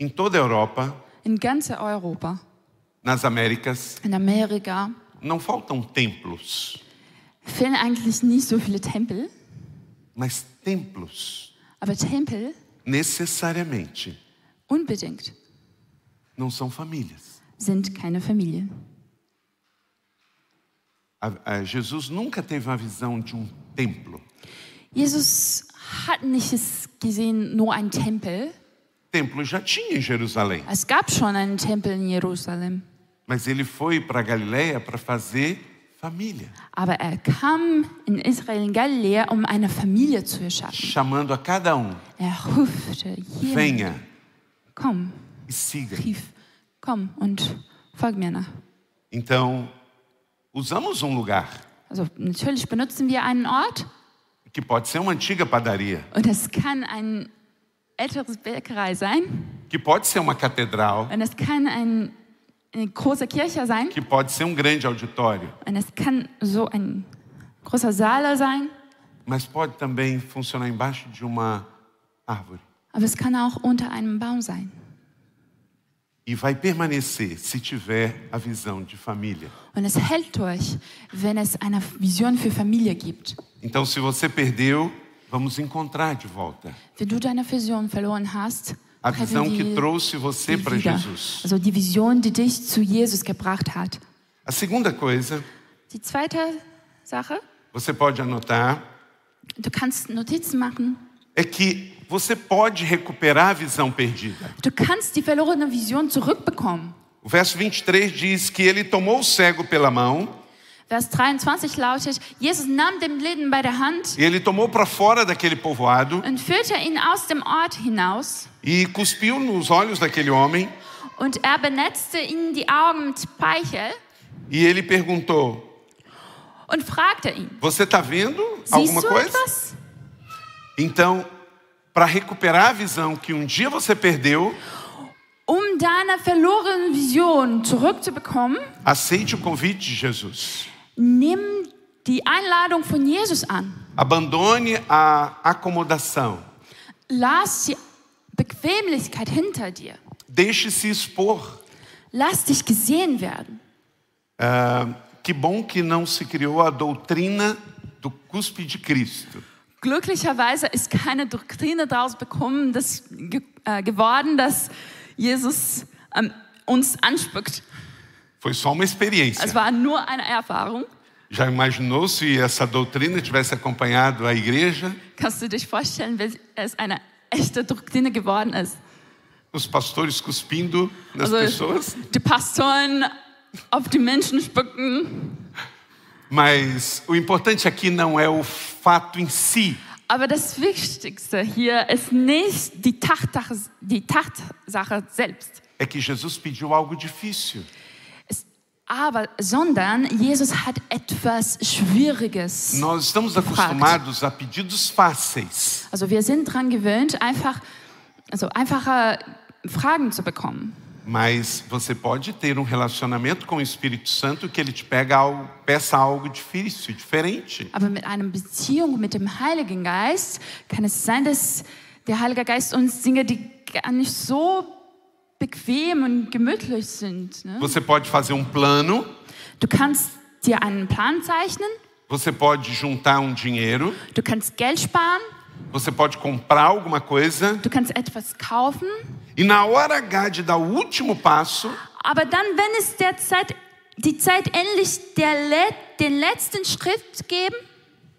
[SPEAKER 1] Em toda a Europa,
[SPEAKER 2] In ganz Europa,
[SPEAKER 1] nas Américas,
[SPEAKER 2] in Amerika,
[SPEAKER 1] não faltam templos,
[SPEAKER 2] fehlen eigentlich nicht so viele Tempel,
[SPEAKER 1] mas templos
[SPEAKER 2] aber Tempel
[SPEAKER 1] necessariamente
[SPEAKER 2] unbedingt
[SPEAKER 1] não são famílias.
[SPEAKER 2] sind keine Familie.
[SPEAKER 1] A, a Jesus nunca teve uma visão de um templo.
[SPEAKER 2] Jesus hat nicht es gesehen nur einen Tempel.
[SPEAKER 1] Templo já tinha em Jerusalém,
[SPEAKER 2] Es gab schon einen Tempel in Jerusalem,
[SPEAKER 1] mas ele foi para Galiléia para fazer família,
[SPEAKER 2] Aber er kam in Israel in Galiläa, um eine Familie zu erschaffen.
[SPEAKER 1] chamando a cada um:
[SPEAKER 2] Er rufte jeden,
[SPEAKER 1] venha
[SPEAKER 2] komm,
[SPEAKER 1] e siga.
[SPEAKER 2] rief, komm und folg mir nach.
[SPEAKER 1] Então, usamos um lugar
[SPEAKER 2] Also natürlich benutzen wir einen Ort
[SPEAKER 1] que pode ser uma antiga padaria,
[SPEAKER 2] und es kann ein älteres Bäckerei sein
[SPEAKER 1] que pode ser uma catedral,
[SPEAKER 2] und es kann ein, eine große Kirche sein
[SPEAKER 1] que pode ser um grande auditório,
[SPEAKER 2] und es kann so ein großer Saal sein,
[SPEAKER 1] mas pode também funcionar embaixo de uma árvore.
[SPEAKER 2] aber es kann auch unter einem Baum sein.
[SPEAKER 1] E vai permanecer se tiver a visão de família.
[SPEAKER 2] Und es hält durch, wenn es eine Vision für Familie gibt.
[SPEAKER 1] Então, se você perdeu, vamos encontrar de volta
[SPEAKER 2] Wenn du deine Vision verloren hast,
[SPEAKER 1] a
[SPEAKER 2] treffe
[SPEAKER 1] visão
[SPEAKER 2] die-
[SPEAKER 1] que trouxe você
[SPEAKER 2] die
[SPEAKER 1] para
[SPEAKER 2] wieder.
[SPEAKER 1] Jesus.
[SPEAKER 2] Also die Vision, die dich zu Jesus gebracht hat.
[SPEAKER 1] A segunda coisa,
[SPEAKER 2] Die zweite Sache,
[SPEAKER 1] você pode anotar,
[SPEAKER 2] du kannst Notizen machen.
[SPEAKER 1] é que você pode recuperar a visão perdida.
[SPEAKER 2] Du kannst die verlorene Vision zurückbekommen.
[SPEAKER 1] O verso 23 diz que ele tomou o cego pela mão
[SPEAKER 2] Vers 23 lautet, Jesus nahm den Blinden bei der Hand
[SPEAKER 1] e ele tomou para fora daquele povoado
[SPEAKER 2] und führte ihn aus dem Ort hinaus
[SPEAKER 1] e cuspiu nos olhos daquele homem
[SPEAKER 2] und er benetzte ihnen die Augen mit Speichel
[SPEAKER 1] e ele perguntou:
[SPEAKER 2] und fragte ihn,
[SPEAKER 1] Você está vendo
[SPEAKER 2] siehst
[SPEAKER 1] alguma
[SPEAKER 2] du
[SPEAKER 1] coisa?
[SPEAKER 2] etwas?
[SPEAKER 1] Então, para recuperar a visão que um dia você perdeu,
[SPEAKER 2] Um deine verlorene Vision zurückzubekommen,
[SPEAKER 1] aceite o convite de Jesus.
[SPEAKER 2] nimm die Einladung von Jesus an.
[SPEAKER 1] Abandone a acomodação.
[SPEAKER 2] Lass die Bequemlichkeit hinter dir.
[SPEAKER 1] Deixe-se expor.
[SPEAKER 2] Lass dich gesehen werden.
[SPEAKER 1] Que bom que não se criou a doutrina do cuspe de Cristo.
[SPEAKER 2] Glücklicherweise ist keine Doktrine daraus bekommen, das, ge, äh, geworden, dass Jesus ähm, uns anspuckt.
[SPEAKER 1] Foi só uma experiência.
[SPEAKER 2] Es war nur eine Erfahrung.
[SPEAKER 1] Já imaginou se essa doutrina tivesse acompanhado a igreja?
[SPEAKER 2] Kannst du dich vorstellen, wenn es eine echte Doktrine geworden ist? Also,
[SPEAKER 1] Os pastores cuspindo nas pessoas?
[SPEAKER 2] die Pastoren auf die Menschen spucken.
[SPEAKER 1] Mas o importante aqui não é o fato em si,
[SPEAKER 2] Aber das Wichtigste hier ist nicht die Tatsache, die Tatsache selbst,
[SPEAKER 1] é que Jesus pediu algo difícil.
[SPEAKER 2] es, aber, sondern Jesus hat etwas Schwieriges.
[SPEAKER 1] Nós estamos acostumados a pedidos fáceis,
[SPEAKER 2] Also wir sind daran gewöhnt, einfach, also einfache Fragen zu bekommen.
[SPEAKER 1] mas você pode ter um relacionamento com o Espírito Santo que ele te pega algo, peça algo difícil, diferente.
[SPEAKER 2] Aber mit einer Beziehung mit dem Heiligen Geist kann es sein, dass der Heilige Geist uns Dinge, die gar nicht so bequem und gemütlich sind. Ne?
[SPEAKER 1] Você pode fazer um plano,
[SPEAKER 2] Du kannst dir einen Plan zeichnen,
[SPEAKER 1] você pode juntar um dinheiro,
[SPEAKER 2] du kannst Geld sparen,
[SPEAKER 1] você pode comprar alguma coisa
[SPEAKER 2] du kannst etwas kaufen,
[SPEAKER 1] e na hora H de dar o último passo,
[SPEAKER 2] aber dann, wenn es der Zeit, die Zeit endlich der, le- den letzten Schritt geben,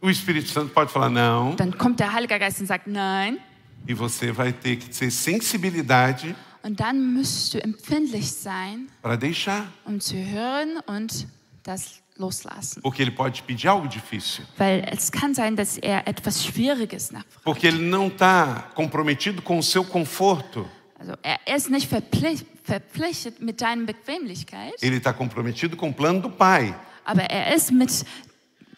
[SPEAKER 1] o Espírito Santo pode falar não
[SPEAKER 2] dann kommt der Heilige Geist und sagt nein.
[SPEAKER 1] e você vai ter que ter sensibilidade
[SPEAKER 2] Und dann müsst du empfindlich sein,
[SPEAKER 1] para deixar,
[SPEAKER 2] um zu hören und das loslassen.
[SPEAKER 1] porque ele pode pedir algo difícil.
[SPEAKER 2] Weil es kann sein, dass er etwas Schwieriges nachfragt.
[SPEAKER 1] Porque ele não está comprometido com o seu conforto,
[SPEAKER 2] Also er er ist nicht verpflicht, verpflichtet mit deiner Bequemlichkeit,
[SPEAKER 1] ele está comprometido com o plano do Pai.
[SPEAKER 2] aber er ist mit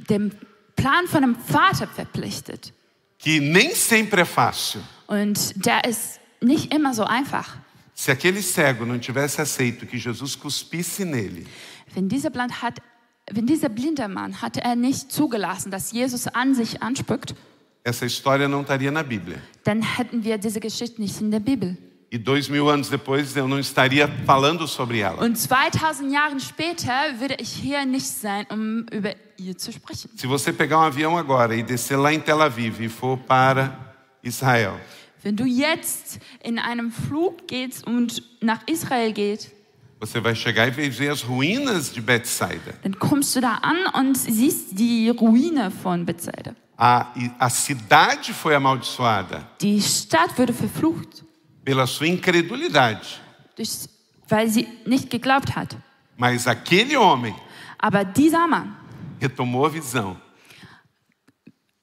[SPEAKER 2] dem Plan von dem Vater verpflichtet.
[SPEAKER 1] Que nem sempre é fácil.
[SPEAKER 2] Und der ist nicht immer so einfach.
[SPEAKER 1] Se aquele cego não tivesse aceito que Jesus cuspisse nele,
[SPEAKER 2] Wenn dieser, Blind hat, wenn dieser blinde Mann hatte er nicht zugelassen, dass Jesus an sich anspuckt,
[SPEAKER 1] essa história não estaria na Bíblia.
[SPEAKER 2] dann hätten wir diese Geschichte nicht in der Bibel.
[SPEAKER 1] E dois mil anos depois eu não estaria falando sobre ela.
[SPEAKER 2] Und 2000 Jahre später würde ich hier nicht sein, um über ihr zu sprechen.
[SPEAKER 1] Se você pegar um avião agora e descer lá em Tel Aviv e for para Israel,
[SPEAKER 2] Wenn du jetzt in einem Flug gehst und nach Israel gehst,
[SPEAKER 1] você vai chegar e vai ver as ruínas de Betsaida,
[SPEAKER 2] dann kommst du da an und siehst die Ruine von Bethsaida.
[SPEAKER 1] A, e a cidade foi amaldiçoada
[SPEAKER 2] Die Stadt wurde verflucht,
[SPEAKER 1] pela sua incredulidade.
[SPEAKER 2] durch, weil sie nicht geglaubt hat.
[SPEAKER 1] Mas aquele homem
[SPEAKER 2] Aber dieser Mann
[SPEAKER 1] retomou a visão.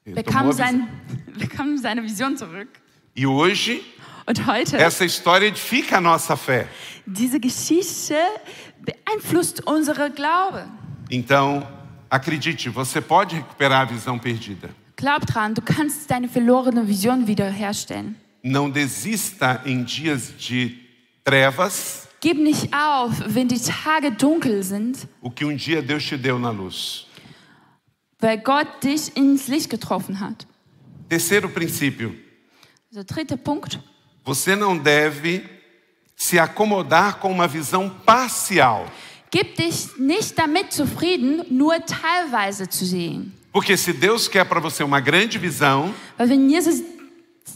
[SPEAKER 1] Retomou
[SPEAKER 2] bekam,
[SPEAKER 1] a visão.
[SPEAKER 2] sein, bekam seine Vision zurück.
[SPEAKER 1] E hoje,
[SPEAKER 2] Und heute,
[SPEAKER 1] essa história edifica a nossa fé.
[SPEAKER 2] diese Geschichte beeinflusst unsere Glaube.
[SPEAKER 1] Então, acredite, você pode recuperar a visão perdida.
[SPEAKER 2] Glaub dran, du kannst deine verlorene Vision wiederherstellen.
[SPEAKER 1] Não desista em dias de trevas,
[SPEAKER 2] Gib nicht auf, wenn die Tage dunkel sind,
[SPEAKER 1] o que um dia Deus te deu na luz.
[SPEAKER 2] weil Gott dich ins Licht getroffen hat.
[SPEAKER 1] Terceiro princípio:
[SPEAKER 2] Der dritte Punkt.
[SPEAKER 1] você não deve se acomodar com uma visão parcial,
[SPEAKER 2] Gib dich nicht damit zufrieden, nur teilweise zu sehen.
[SPEAKER 1] porque se Deus quer para você uma grande visão,
[SPEAKER 2] Weil wenn Jesus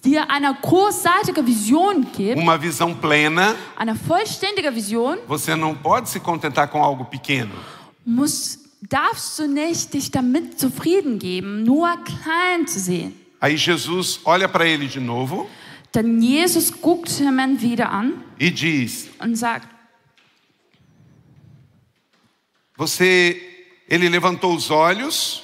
[SPEAKER 2] dir eine großartige Vision gibt,
[SPEAKER 1] uma visão plena,
[SPEAKER 2] eine vollständige Vision,
[SPEAKER 1] você não pode se contentar com algo pequeno.
[SPEAKER 2] musst, darfst du nicht dich damit zufrieden geben, nur klein zu sehen.
[SPEAKER 1] Aí Jesus olha para ele de novo
[SPEAKER 2] Denn Jesus guckt Hermann wieder an
[SPEAKER 1] e diz:
[SPEAKER 2] und sagt,
[SPEAKER 1] Você, ele levantou os olhos,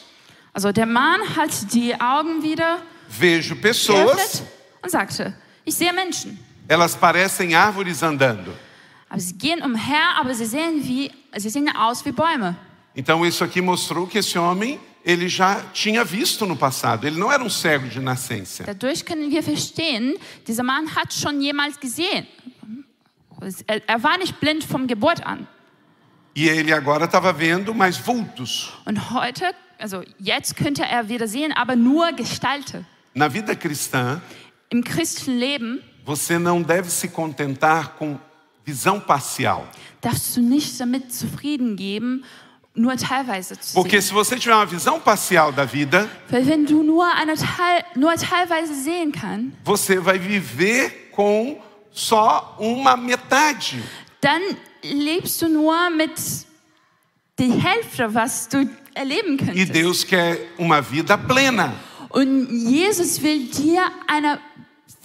[SPEAKER 2] also der Mann hat die Augen wieder
[SPEAKER 1] vejo pessoas,
[SPEAKER 2] geöffnet und sagte, ich sehe Menschen.
[SPEAKER 1] elas parecem árvores andando.
[SPEAKER 2] Aber sie gehen umher, aber sie sehen, wie, sie sehen aus wie Bäume.
[SPEAKER 1] Então isso aqui mostrou que esse homem ele já tinha visto no passado. Ele não era um cego de nascença.
[SPEAKER 2] Dadurch können wir verstehen, dieser Mann hat schon jemals gesehen. Er er war nicht blind vom Geburt an.
[SPEAKER 1] E ele agora estava vendo mais vultos.
[SPEAKER 2] Und heute, also jetzt könnte er wieder sehen, aber nur Gestalte.
[SPEAKER 1] Na vida cristã,
[SPEAKER 2] Im christlichen Leben
[SPEAKER 1] você não deve se contentar com visão parcial.
[SPEAKER 2] darfst du nicht damit zufrieden geben, nur teilweise zu
[SPEAKER 1] Porque
[SPEAKER 2] sehen.
[SPEAKER 1] se você tiver uma visão parcial da vida,
[SPEAKER 2] Weil wenn du nur, eine Teil, nur teilweise sehen kannst,
[SPEAKER 1] você vai viver com só uma metade.
[SPEAKER 2] dann lebst du nur mit der Hälfte, was du erleben
[SPEAKER 1] E
[SPEAKER 2] könntest.
[SPEAKER 1] Deus quer uma vida plena.
[SPEAKER 2] Und Jesus will dir ein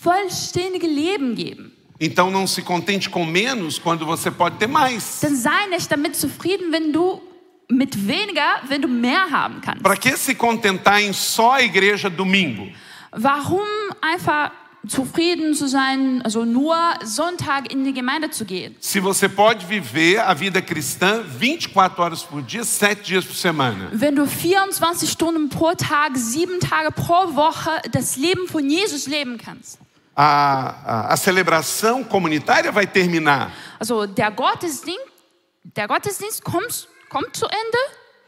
[SPEAKER 2] vollständiges Leben geben.
[SPEAKER 1] Então não se contente com menos quando você pode ter mais.
[SPEAKER 2] Dann sei nicht damit zufrieden, wenn du mit weniger, wenn du mehr haben kannst.
[SPEAKER 1] Para que se contentar em só a igreja domingo?
[SPEAKER 2] Warum einfach zufrieden zu sein, also nur Sonntag in die Gemeinde zu gehen?
[SPEAKER 1] Se você pode viver a vida cristã 24 horas por dia, 7 dias por semana.
[SPEAKER 2] Wenn du 24 Stunden pro Tag, sieben Tage pro Woche das Leben von Jesus leben kannst.
[SPEAKER 1] A, a, a celebração comunitária vai terminar,
[SPEAKER 2] Also der Gottesdienst, der Gottesdienst kommt, kommt zu Ende,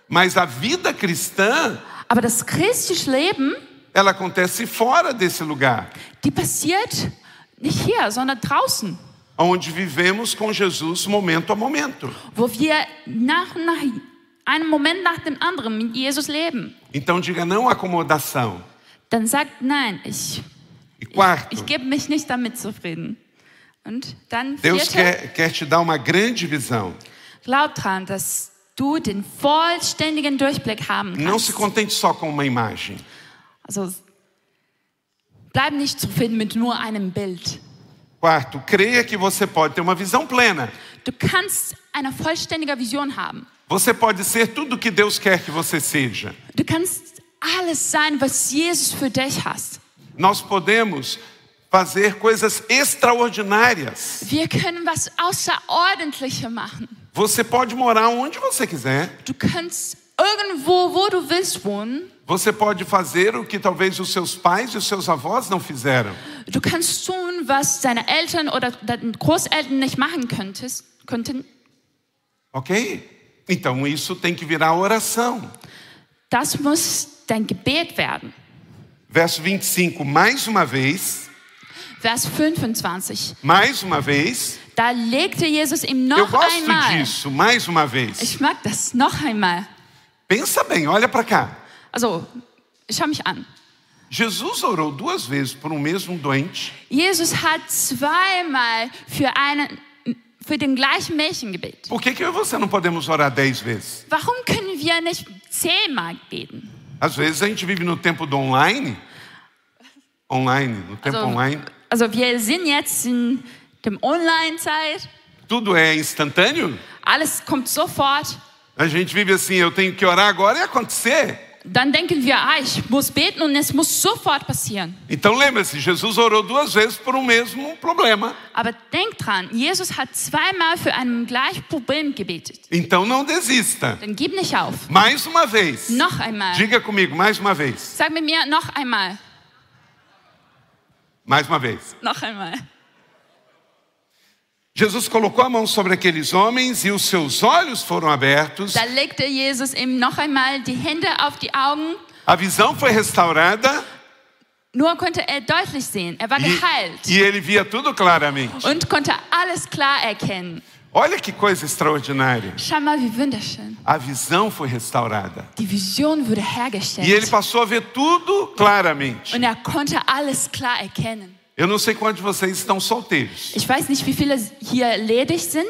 [SPEAKER 1] mas a vida cristã,
[SPEAKER 2] aber das christliche Leben
[SPEAKER 1] ela acontece fora desse lugar,
[SPEAKER 2] die passiert nicht hier, sondern draußen,
[SPEAKER 1] onde vivemos com Jesus momento a momento.
[SPEAKER 2] wo wir nach und nach, einen Moment nach dem anderen mit Jesus leben.
[SPEAKER 1] Então diga não à acomodação.
[SPEAKER 2] Dann sagt, nein, ich,
[SPEAKER 1] E quarto,
[SPEAKER 2] ich gebe mich nicht damit zufrieden. Und dann
[SPEAKER 1] Deus
[SPEAKER 2] vierte,
[SPEAKER 1] quer, quer te dar uma grande visão.
[SPEAKER 2] glaub dran, dass du den vollständigen Durchblick haben
[SPEAKER 1] Não se
[SPEAKER 2] kannst.
[SPEAKER 1] contente só com uma imagem.
[SPEAKER 2] Also bleib nicht zufrieden mit nur einem Bild.
[SPEAKER 1] Quarto, creia que você pode ter uma visão plena.
[SPEAKER 2] Du kannst eine vollständige Vision haben.
[SPEAKER 1] Você pode ser tudo o que Deus quer que você seja.
[SPEAKER 2] Du kannst alles sein, was Jesus für dich hast.
[SPEAKER 1] Nós podemos fazer coisas extraordinárias.
[SPEAKER 2] Wir können was Außerordentliches machen.
[SPEAKER 1] Você pode morar onde você quiser.
[SPEAKER 2] Du kannst irgendwo, wo du willst, wohnen.
[SPEAKER 1] Você pode fazer o que talvez os seus pais e os seus avós não fizeram.
[SPEAKER 2] Du kannst tun, was deine Eltern oder deine Großeltern nicht machen könntest, könnten.
[SPEAKER 1] Ok? Então isso tem que virar oração.
[SPEAKER 2] Das muss dein Gebet werden.
[SPEAKER 1] Verso 25, mais uma vez,
[SPEAKER 2] Vers 25.
[SPEAKER 1] mais uma vez.
[SPEAKER 2] Da legte Jesus ihm
[SPEAKER 1] Eu
[SPEAKER 2] noch
[SPEAKER 1] gosto
[SPEAKER 2] einmal.
[SPEAKER 1] disso, mais uma vez.
[SPEAKER 2] Ich mag das noch einmal.
[SPEAKER 1] Pensa bem, olha para cá.
[SPEAKER 2] Also, schau mich an.
[SPEAKER 1] Jesus orou duas vezes por um mesmo doente.
[SPEAKER 2] Jesus hat zweimal für, einen, für den gleichen Mädchen gebetet.
[SPEAKER 1] Por que, que eu e você não podemos orar dez vezes?
[SPEAKER 2] Warum können wir nicht zehnmal beten?
[SPEAKER 1] Às vezes a gente vive no tempo do online. Online, no tempo online.
[SPEAKER 2] also wir sind jetzt in dem Online-Zeit.
[SPEAKER 1] Tudo é instantâneo?
[SPEAKER 2] Alles kommt sofort.
[SPEAKER 1] A gente vive assim, eu tenho que orar agora e acontecer.
[SPEAKER 2] Dann denken wir, ah, ich muss beten und es muss sofort passieren.
[SPEAKER 1] Então lembre-se, Jesus orou duas vezes por um mesmo problema.
[SPEAKER 2] Aber denkt dran, Jesus hat zweimal für ein gleiches Problem gebetet.
[SPEAKER 1] Então não desista.
[SPEAKER 2] Dann gib nicht auf.
[SPEAKER 1] Mais uma vez.
[SPEAKER 2] Noch einmal.
[SPEAKER 1] Diga comigo, mais uma vez.
[SPEAKER 2] Sag mit mir, noch einmal.
[SPEAKER 1] Mais uma vez.
[SPEAKER 2] Noch einmal.
[SPEAKER 1] Jesus colocou a mão sobre aqueles homens e os seus olhos foram abertos.
[SPEAKER 2] Da legte Jesus ihm noch einmal die Hände auf die Augen.
[SPEAKER 1] A visão foi restaurada
[SPEAKER 2] Nur konnte er deutlich sehen. Er war
[SPEAKER 1] e,
[SPEAKER 2] geheilt
[SPEAKER 1] e ele via tudo claramente.
[SPEAKER 2] und konnte alles klar erkennen.
[SPEAKER 1] Olha que coisa extraordinária.
[SPEAKER 2] Schau mal, wie wunderschön.
[SPEAKER 1] A visão foi restaurada.
[SPEAKER 2] Die Vision wurde
[SPEAKER 1] E ele
[SPEAKER 2] hergestellt
[SPEAKER 1] passou a ver tudo claramente.
[SPEAKER 2] und er konnte alles klar erkennen.
[SPEAKER 1] Eu não sei quantos de vocês estão solteiros,
[SPEAKER 2] Ich weiß nicht, wie viele hier ledig sind,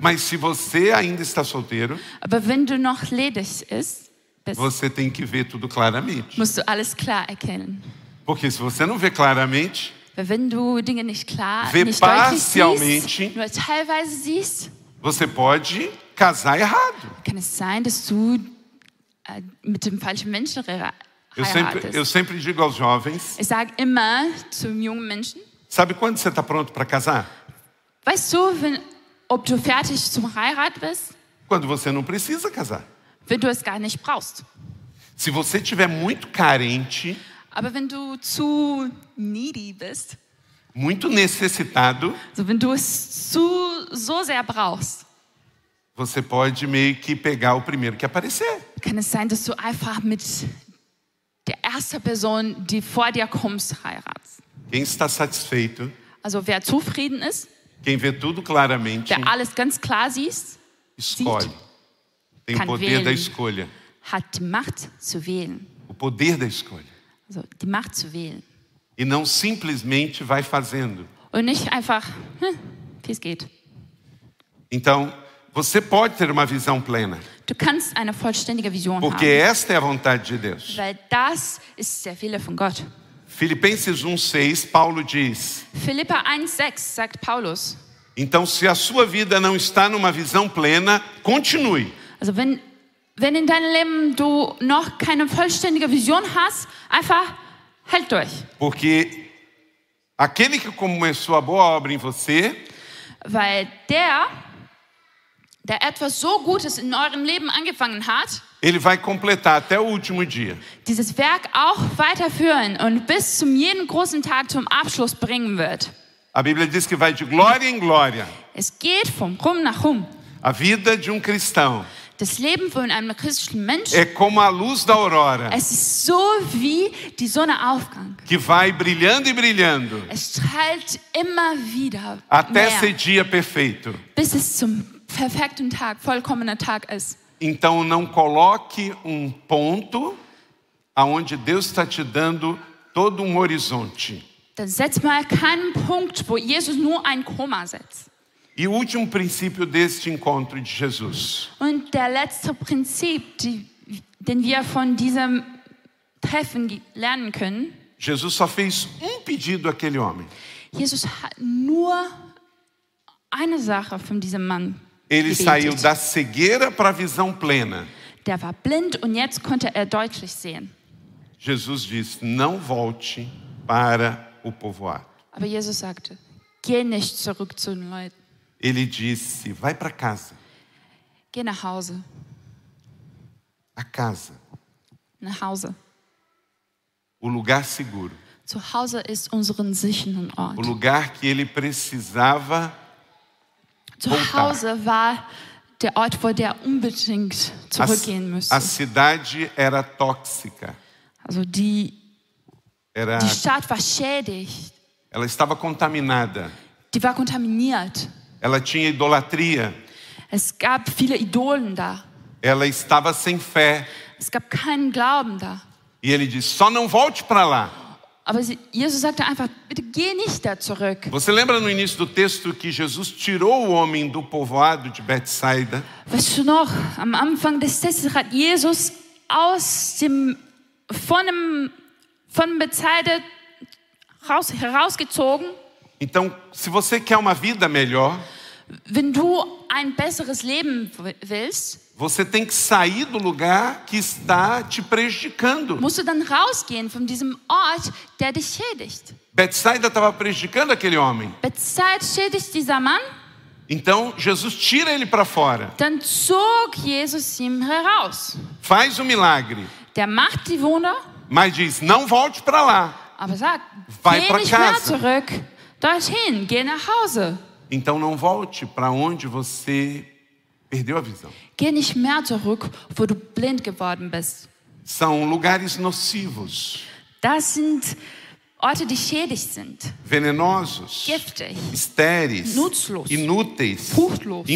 [SPEAKER 1] mas se você ainda está solteiro,
[SPEAKER 2] aber wenn du noch ledig bist, bist
[SPEAKER 1] você tem que ver tudo claramente.
[SPEAKER 2] musst du alles klar erkennen.
[SPEAKER 1] Porque se você não vê claramente,
[SPEAKER 2] Weil wenn du Dinge nicht klar,
[SPEAKER 1] Ve
[SPEAKER 2] nicht deutlich
[SPEAKER 1] parcialmente-
[SPEAKER 2] siehst, nur teilweise siehst,
[SPEAKER 1] você pode casar errado.
[SPEAKER 2] kann es sein, dass du äh, mit dem falschen Menschen heira-
[SPEAKER 1] Eu sempre, eu
[SPEAKER 2] heiratest.
[SPEAKER 1] sempre digo aos jovens:
[SPEAKER 2] Ich sage immer zum jungen Menschen,
[SPEAKER 1] sabe quando você está pronto para casar?
[SPEAKER 2] weißt du, wenn, ob du fertig zum Heirat bist,
[SPEAKER 1] Quando você não precisa casar.
[SPEAKER 2] wenn du es gar nicht brauchst.
[SPEAKER 1] Se você estiver muito carente,
[SPEAKER 2] Aber wenn du zu needy bist,
[SPEAKER 1] muito necessitado,
[SPEAKER 2] also wenn du es zu so sehr brauchst,
[SPEAKER 1] você pode meio que pegar o primeiro que aparecer.
[SPEAKER 2] kann es sein, dass du einfach mit der ersten Person, die vor dir kommt, heiratst.
[SPEAKER 1] Quem está satisfeito,
[SPEAKER 2] Also wer zufrieden ist,
[SPEAKER 1] quem vê tudo claramente,
[SPEAKER 2] der alles ganz klar sieht,
[SPEAKER 1] escolhe. Tem o
[SPEAKER 2] Kann
[SPEAKER 1] poder
[SPEAKER 2] wählen.
[SPEAKER 1] da escolha.
[SPEAKER 2] hat die Macht zu wählen.
[SPEAKER 1] O poder da escolha.
[SPEAKER 2] Also die Macht zu wählen.
[SPEAKER 1] E não simplesmente vai fazendo.
[SPEAKER 2] Und nicht einfach, hm, wie es geht.
[SPEAKER 1] Então, você pode ter uma visão plena,
[SPEAKER 2] Du kannst eine vollständige Vision
[SPEAKER 1] porque
[SPEAKER 2] haben.
[SPEAKER 1] esta é a vontade de Deus.
[SPEAKER 2] Weil das ist der Wille von Gott.
[SPEAKER 1] Filipenses 1,6, Paulo diz:
[SPEAKER 2] Philippa 1,6 sagt Paulus.
[SPEAKER 1] Então, se a sua vida não está numa visão plena, continue.
[SPEAKER 2] Also wenn, wenn in deinem Leben du noch keine vollständige Vision hast, einfach halt durch.
[SPEAKER 1] Porque aquele que começou a boa obra em você,
[SPEAKER 2] Weil der, der etwas so Gutes in eurem Leben angefangen hat,
[SPEAKER 1] ele vai completar até o último dia.
[SPEAKER 2] dieses Werk auch weiterführen und bis zum jeden großen Tag zum Abschluss bringen wird.
[SPEAKER 1] A Bíblia diz que vai de glória em glória.
[SPEAKER 2] Es geht vom Rum nach Rum.
[SPEAKER 1] A vida de um cristão
[SPEAKER 2] Das Leben von einem christlichen Menschen,
[SPEAKER 1] é como a luz da aurora,
[SPEAKER 2] es ist so wie die Sonne aufgang.
[SPEAKER 1] que vai brilhando e brilhando,
[SPEAKER 2] Es strahlt immer wieder
[SPEAKER 1] até ser
[SPEAKER 2] mehr,
[SPEAKER 1] dia perfeito.
[SPEAKER 2] bis es zum perfekten Tag, vollkommener Tag ist.
[SPEAKER 1] Então não coloque um ponto aonde Deus está te dando todo um horizonte.
[SPEAKER 2] Dann setz mal keinen Punkt, wo Jesus nur ein Komma setzt.
[SPEAKER 1] E o último princípio deste encontro de Jesus.
[SPEAKER 2] Und der letzte Prinzip, die, den wir von diesem Treffen ge- lernen können,
[SPEAKER 1] Jesus só fez um pedido àquele homem.
[SPEAKER 2] Jesus hat nur eine Sache von diesem Mann
[SPEAKER 1] Ele saiu
[SPEAKER 2] gebetet.
[SPEAKER 1] da cegueira para a visão plena.
[SPEAKER 2] Der war blind und jetzt konnte er deutlich sehen.
[SPEAKER 1] Jesus disse: Não volte para o povoado.
[SPEAKER 2] Aber Jesus sagte, geh nicht zurück zu den Leuten,
[SPEAKER 1] Ele disse: Vai para casa,
[SPEAKER 2] geh nach Hause,
[SPEAKER 1] a casa,
[SPEAKER 2] nach Hause.
[SPEAKER 1] o lugar seguro,
[SPEAKER 2] Zu Hause ist unseren sicheren Ort.
[SPEAKER 1] o lugar que ele precisava
[SPEAKER 2] Zu
[SPEAKER 1] Punkt da.
[SPEAKER 2] Hause war der Ort, wo der unbedingt
[SPEAKER 1] A,
[SPEAKER 2] zurückgehen
[SPEAKER 1] a
[SPEAKER 2] müsste.
[SPEAKER 1] cidade era tóxica.
[SPEAKER 2] Also die,
[SPEAKER 1] Era,
[SPEAKER 2] die Stadt war schädigt,
[SPEAKER 1] ela estava contaminada.
[SPEAKER 2] die war kontaminiert.
[SPEAKER 1] Ela tinha idolatria.
[SPEAKER 2] Es gab viele Idolen da.
[SPEAKER 1] Ela estava sem fé.
[SPEAKER 2] Es gab keinen Glauben da.
[SPEAKER 1] E ele disse: Só não volte para lá.
[SPEAKER 2] Aber sie, Jesus sagte einfach, bitte geh nicht da zurück.
[SPEAKER 1] Você lembra no início do texto que Jesus tirou o homem do povoado de Betsaida?
[SPEAKER 2] Weißt du noch, am Anfang des Testes hat Jesus aus dem, von dem, von Bezeide raus, herausgezogen.
[SPEAKER 1] Então, se você quer uma vida melhor,
[SPEAKER 2] Wenn du ein besseres Leben w- willst,
[SPEAKER 1] Você tem que sair do lugar que está te prejudicando.
[SPEAKER 2] musst du dann rausgehen von diesem Ort, der dich schädigt.
[SPEAKER 1] Betsaida estava prejudicando aquele homem.
[SPEAKER 2] Bezahlt schädigt dieser Mann,
[SPEAKER 1] Então Jesus tira ele para fora,
[SPEAKER 2] dann zog Jesus ihn heraus.
[SPEAKER 1] faz o milagre,
[SPEAKER 2] Der macht die Wunder,
[SPEAKER 1] mas diz: Não volte para lá.
[SPEAKER 2] aber sagt,
[SPEAKER 1] Vai
[SPEAKER 2] geh
[SPEAKER 1] pra
[SPEAKER 2] nicht mehr
[SPEAKER 1] casa.
[SPEAKER 2] zurück dorthin, geh nach Hause.
[SPEAKER 1] Então não volte para onde você perdeu a visão.
[SPEAKER 2] Geh nicht mehr zurück, wo du blind geworden bist.
[SPEAKER 1] São lugares nocivos,
[SPEAKER 2] Das sind Orte, die schädig sind,
[SPEAKER 1] venenosos,
[SPEAKER 2] giftig,
[SPEAKER 1] estéreis,
[SPEAKER 2] Nutzlos.
[SPEAKER 1] inúteis,
[SPEAKER 2] Fruchtlos.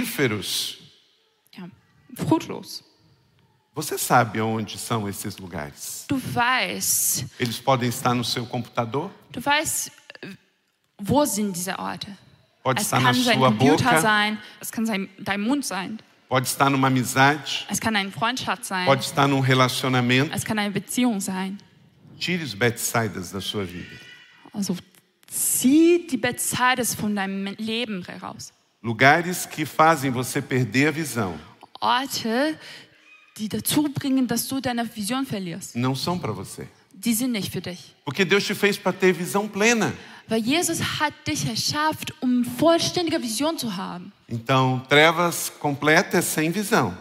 [SPEAKER 1] infrutíferos.
[SPEAKER 2] ja, fruchtlos.
[SPEAKER 1] Você sabe onde são esses lugares?
[SPEAKER 2] Du weißt,
[SPEAKER 1] Eles podem estar no seu computador,
[SPEAKER 2] du weißt, äh, wo sind diese Orte?
[SPEAKER 1] pode
[SPEAKER 2] Es
[SPEAKER 1] estar na
[SPEAKER 2] kann sein
[SPEAKER 1] sua
[SPEAKER 2] Computer
[SPEAKER 1] boca,
[SPEAKER 2] sein, es kann sein, dein Mund sein,
[SPEAKER 1] pode estar numa amizade,
[SPEAKER 2] es kann eine Freundschaft sein,
[SPEAKER 1] pode estar num relacionamento.
[SPEAKER 2] es kann eine Beziehung sein.
[SPEAKER 1] Tire os Betsaidas da sua vida.
[SPEAKER 2] Also zieh die Bezeides von deinem Leben heraus.
[SPEAKER 1] Lugares que fazem você perder a visão
[SPEAKER 2] Orte, die dazu bringen, dass du deine Vision verlierst,
[SPEAKER 1] não são para você.
[SPEAKER 2] die sind nicht für dich.
[SPEAKER 1] Porque Deus te fez para ter visão plena.
[SPEAKER 2] Weil Jesus hat dich erschafft, um vollständige Vision zu haben.
[SPEAKER 1] Então, trevas completas sem visão.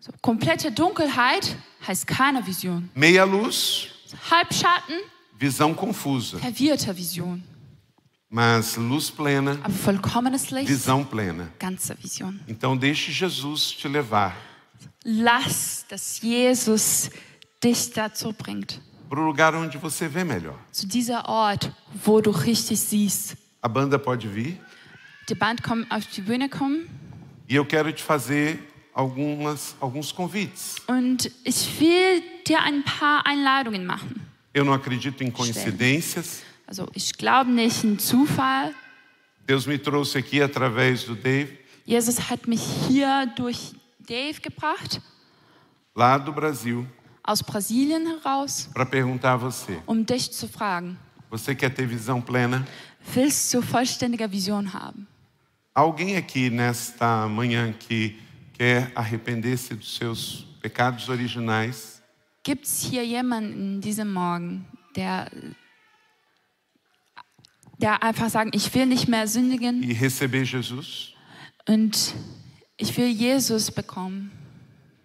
[SPEAKER 2] So, komplette Dunkelheit heißt keine Vision.
[SPEAKER 1] Meia luz,
[SPEAKER 2] Halbschatten,
[SPEAKER 1] visão confusa.
[SPEAKER 2] verwirrte Vision.
[SPEAKER 1] Mas luz plena,
[SPEAKER 2] Aber vollkommenes Licht,
[SPEAKER 1] visão plena.
[SPEAKER 2] ganze Vision.
[SPEAKER 1] Então, deixe Jesus te levar
[SPEAKER 2] Lass, dass Jesus dich dazu bringt.
[SPEAKER 1] para o lugar onde você vê melhor.
[SPEAKER 2] Zu dieser Ort, wo du richtig siehst.
[SPEAKER 1] A banda pode vir
[SPEAKER 2] Die Band kommt auf die Bühne kommen
[SPEAKER 1] e eu quero te fazer algumas, alguns convites.
[SPEAKER 2] und ich will dir ein paar Einladungen machen.
[SPEAKER 1] Eu não acredito em coincidências.
[SPEAKER 2] Also ich glaube nicht in Zufall.
[SPEAKER 1] Deus me trouxe aqui através do Dave,
[SPEAKER 2] Jesus hat mich hier durch Dave gebracht,
[SPEAKER 1] lá do Brasil,
[SPEAKER 2] aus Brasilien heraus,
[SPEAKER 1] para perguntar a você:
[SPEAKER 2] um dich zu fragen,
[SPEAKER 1] você quer ter visão plena?
[SPEAKER 2] willst du vollständige Vision haben?
[SPEAKER 1] Há Alguém aqui nesta manhã que quer arrepender-se dos seus pecados originais?
[SPEAKER 2] Gibt es hier jemanden diesem Morgen, der, der einfach sagen, ich will nicht mehr sündigen
[SPEAKER 1] e receber Jesus,
[SPEAKER 2] und ich will Jesus bekommen?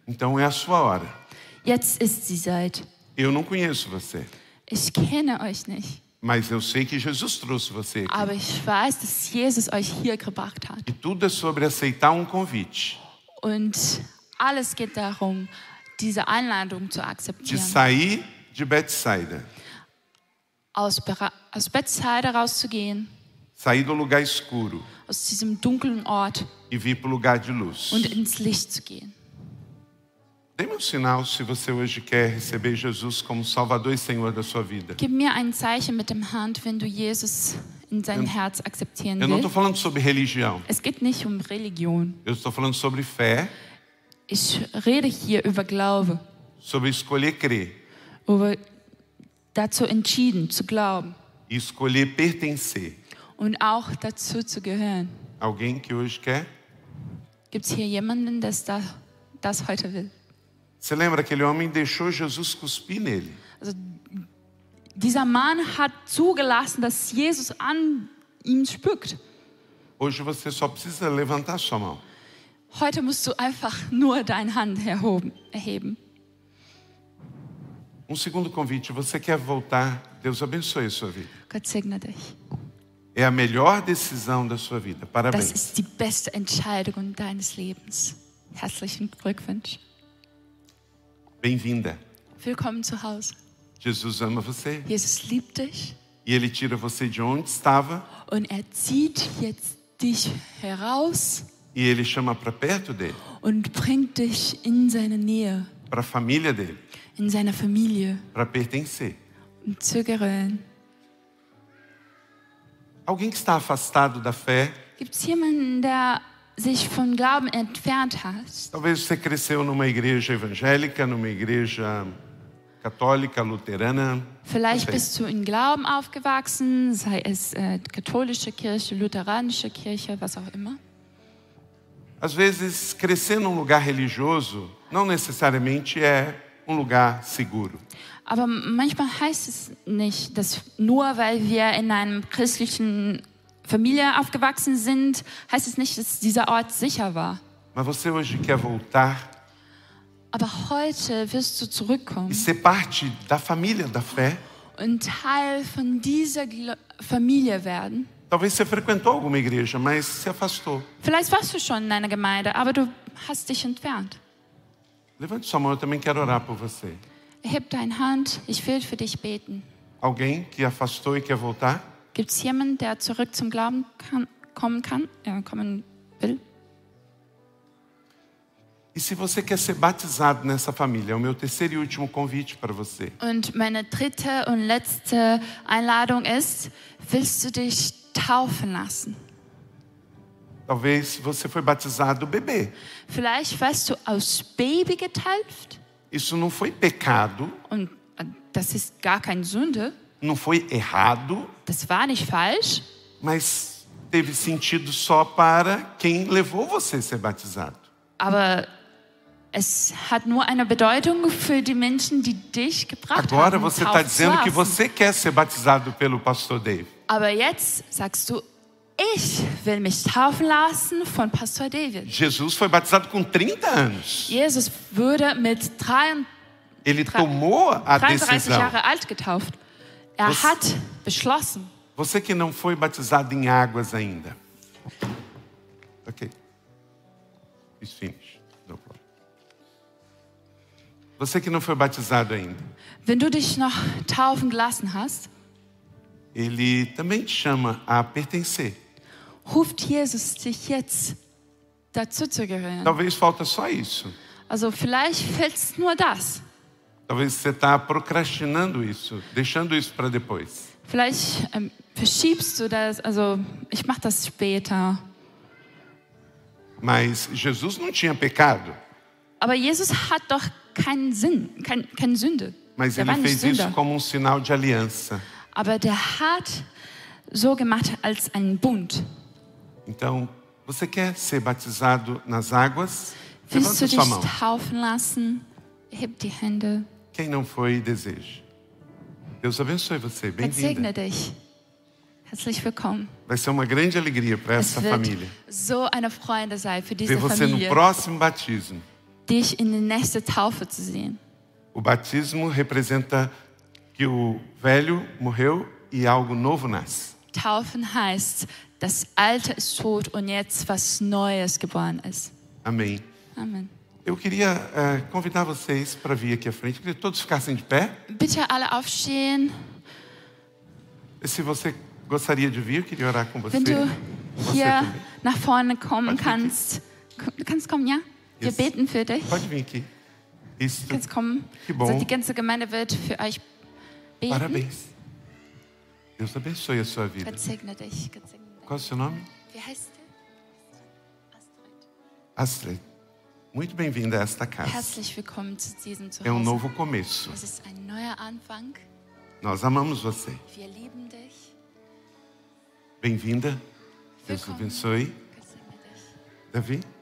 [SPEAKER 1] então é a sua hora.
[SPEAKER 2] Jetzt ist die Zeit.
[SPEAKER 1] Eu não conheço você,
[SPEAKER 2] Ich kenne euch nicht,
[SPEAKER 1] mas eu sei que Jesus trouxe você. aqui.
[SPEAKER 2] aber ich weiß, dass Jesus euch hier gebracht hat.
[SPEAKER 1] E tudo é sobre aceitar um convite,
[SPEAKER 2] Und alles geht darum, diese Einladung zu
[SPEAKER 1] de
[SPEAKER 2] akzeptieren,
[SPEAKER 1] sair de Betsaida,
[SPEAKER 2] aus, Bera- aus Bettseide rauszugehen,
[SPEAKER 1] sair do lugar escuro
[SPEAKER 2] aus diesem dunklen Ort
[SPEAKER 1] e vir para o lugar de luz.
[SPEAKER 2] und ins Licht zu gehen.
[SPEAKER 1] Dê-me um sinal se você hoje quer receber Jesus como Salvador e Senhor da sua vida.
[SPEAKER 2] Gib mir ein Zeichen mit dem Hand, wenn du Jesus in sein Herz akzeptieren
[SPEAKER 1] Eu não estou
[SPEAKER 2] willst.
[SPEAKER 1] falando sobre religião,
[SPEAKER 2] Es geht nicht um Religion.
[SPEAKER 1] eu estou falando sobre fé,
[SPEAKER 2] Ich rede hier über Glaube,
[SPEAKER 1] sobre escolher crer
[SPEAKER 2] über dazu entschieden zu glauben
[SPEAKER 1] e escolher pertencer.
[SPEAKER 2] und auch dazu zu gehören.
[SPEAKER 1] Alguém que hoje quer?
[SPEAKER 2] Gibt es hier jemanden, der da, das heute will?
[SPEAKER 1] Você lembra aquele homem deixou Jesus cuspir nele?
[SPEAKER 2] Dieser Mann hat zugelassen, dass Jesus an ihm spückt.
[SPEAKER 1] Hoje você só precisa levantar sua mão.
[SPEAKER 2] Heute musst du einfach nur deine Hand erhoben, erheben.
[SPEAKER 1] Um segundo convite, você quer voltar? Deus abençoe a sua vida.
[SPEAKER 2] Gott segne dich.
[SPEAKER 1] É a melhor decisão da sua vida.
[SPEAKER 2] Das
[SPEAKER 1] Parabéns.
[SPEAKER 2] ist die beste Entscheidung deines Lebens. Herzlichen Glückwunsch.
[SPEAKER 1] Bem-vinda.
[SPEAKER 2] Willkommen zu Hause.
[SPEAKER 1] Jesus ama você
[SPEAKER 2] Jesus liebt dich
[SPEAKER 1] e ele tira você de onde estava
[SPEAKER 2] und er zieht jetzt dich heraus
[SPEAKER 1] e ele chama para perto dele,
[SPEAKER 2] und bringt dich in seine Nähe,
[SPEAKER 1] para a família dele,
[SPEAKER 2] in seine Familie
[SPEAKER 1] para pertencer.
[SPEAKER 2] und zu gehören.
[SPEAKER 1] Alguém que está afastado da fé,
[SPEAKER 2] Gibt es jemanden, der sich vom Glauben entfernt hat?
[SPEAKER 1] talvez você cresceu numa igreja evangélica, numa igreja católica, luterana.
[SPEAKER 2] Vielleicht
[SPEAKER 1] Perfekt.
[SPEAKER 2] bist du in Glauben aufgewachsen, sei es äh, katholische Kirche, lutheranische Kirche, was auch immer.
[SPEAKER 1] Às vezes, crescer num lugar religioso não necessariamente é um lugar seguro.
[SPEAKER 2] Aber manchmal heißt es nicht, dass nur weil wir in einer christlichen Familie aufgewachsen sind, heißt es nicht, dass dieser Ort sicher war.
[SPEAKER 1] Mas você hoje quer voltar
[SPEAKER 2] Aber heute wirst du
[SPEAKER 1] e
[SPEAKER 2] zurückkommen
[SPEAKER 1] ser parte da família da fé.
[SPEAKER 2] und Teil von dieser Gl Familie werden.
[SPEAKER 1] Talvez você frequentou alguma igreja, mas se afastou.
[SPEAKER 2] Vielleicht warst du schon in einer Gemeinde, aber du hast dich entfernt.
[SPEAKER 1] Levante sua mão, eu também quero orar por você.
[SPEAKER 2] Erheb deine Hand, ich will für dich beten.
[SPEAKER 1] Alguém que afastou e quer voltar?
[SPEAKER 2] Gibt es jemanden, der zurück zum Glauben kann, kommen kann, äh, kommen will?
[SPEAKER 1] E se você quer ser batizado nessa família, é o meu terceiro e último convite para você.
[SPEAKER 2] Und meine dritte und letzte Einladung ist, willst du dich taufen lassen?
[SPEAKER 1] Talvez você foi batizado bebê.
[SPEAKER 2] Vielleicht warst du aus Baby getauft
[SPEAKER 1] Isso não foi pecado,
[SPEAKER 2] und äh, das ist gar keine Sünde,
[SPEAKER 1] não foi errado,
[SPEAKER 2] das war nicht falsch,
[SPEAKER 1] mas teve sentido só para quem levou você a ser batizado.
[SPEAKER 2] aber es hat nur eine Bedeutung für die Menschen, die dich gebracht
[SPEAKER 1] Agora
[SPEAKER 2] haben.
[SPEAKER 1] você está
[SPEAKER 2] taufen zu
[SPEAKER 1] dizendo que
[SPEAKER 2] lassen.
[SPEAKER 1] você quer ser batizado pelo pastor Dave.
[SPEAKER 2] Aber jetzt sagst du, ich will mich taufen lassen von Pastor David.
[SPEAKER 1] Jesus foi batizado com 30 anos.
[SPEAKER 2] Jesus wurde mit 33
[SPEAKER 1] Ele tomou a
[SPEAKER 2] 33
[SPEAKER 1] decisão.
[SPEAKER 2] Jahre alt getauft. Er
[SPEAKER 1] Was-
[SPEAKER 2] hat beschlossen.
[SPEAKER 1] Você que não foi batizado em águas ainda. Ok. It's finished. No problem. Você que não foi batizado ainda,
[SPEAKER 2] Wenn du dich noch taufen gelassen hast,
[SPEAKER 1] ele também te chama a pertencer.
[SPEAKER 2] ruft Jesus dich jetzt dazu zu gehören.
[SPEAKER 1] Talvez falta só isso.
[SPEAKER 2] Also vielleicht fällt es nur das.
[SPEAKER 1] Talvez você está procrastinando isso, deixando isso para depois.
[SPEAKER 2] Vielleicht ähm, verschiebst du das. Also ich mache das später.
[SPEAKER 1] Mas Jesus não tinha pecado,
[SPEAKER 2] Aber Jesus hat doch keinen Sinn, kein, keine Sünde.
[SPEAKER 1] mas
[SPEAKER 2] Der
[SPEAKER 1] ele
[SPEAKER 2] war nicht
[SPEAKER 1] fez isso
[SPEAKER 2] Sünder.
[SPEAKER 1] como um sinal de aliança.
[SPEAKER 2] Aber der hat so gemacht als einen Bund.
[SPEAKER 1] Então, você quer ser batizado nas águas?
[SPEAKER 2] Willst
[SPEAKER 1] Levanta
[SPEAKER 2] du dich
[SPEAKER 1] sua mão.
[SPEAKER 2] taufen lassen? Heb die Hände.
[SPEAKER 1] Quem não foi, deseja. Deus abençoe você.
[SPEAKER 2] Gott
[SPEAKER 1] Bem-vinda.
[SPEAKER 2] segne dich. Herzlich willkommen.
[SPEAKER 1] Vai ser uma grande alegria para essa
[SPEAKER 2] Es wird
[SPEAKER 1] família.
[SPEAKER 2] so eine Freude sein für
[SPEAKER 1] Ver
[SPEAKER 2] diese
[SPEAKER 1] você no
[SPEAKER 2] Familie,
[SPEAKER 1] próximo batismo.
[SPEAKER 2] dich in die nächste Taufe zu sehen.
[SPEAKER 1] O batismo representa que o velho morreu e algo novo nasce.
[SPEAKER 2] Taufen heißt, das Alte ist tot und jetzt was Neues geboren ist.
[SPEAKER 1] Amém.
[SPEAKER 2] Amen.
[SPEAKER 1] Eu queria eh, convidar vocês para vir aqui à frente. Eu queria que todos ficassem de pé.
[SPEAKER 2] Bitte alle aufstehen.
[SPEAKER 1] E se você gostaria de vir, eu queria orar com você.
[SPEAKER 2] Wenn du hier
[SPEAKER 1] também.
[SPEAKER 2] nach vorne kommen
[SPEAKER 1] Warte, Vicky.
[SPEAKER 2] kannst, Komm, du kannst kommen, ja? Wir
[SPEAKER 1] Yes.
[SPEAKER 2] beten für dich.
[SPEAKER 1] Pode vir aqui. Isso.
[SPEAKER 2] Du kannst kommen.
[SPEAKER 1] Que bom.
[SPEAKER 2] Also die ganze Gemeinde wird für euch beten.
[SPEAKER 1] Parabéns. Deus abençoe a sua vida.
[SPEAKER 2] Gott segne dich. Gott segne dich.
[SPEAKER 1] Qual é o seu nome?
[SPEAKER 2] Wie heißt du?
[SPEAKER 1] Astrid, muito bem-vinda a esta casa.
[SPEAKER 2] Herzlich willkommen zu diesem
[SPEAKER 1] É um
[SPEAKER 2] Zuhause.
[SPEAKER 1] novo começo.
[SPEAKER 2] Es ist ein neuer Anfang.
[SPEAKER 1] Nós amamos você.
[SPEAKER 2] Wir lieben dich.
[SPEAKER 1] Bem-vinda. Deus te abençoe.
[SPEAKER 2] Gott segne dich.
[SPEAKER 1] Davi,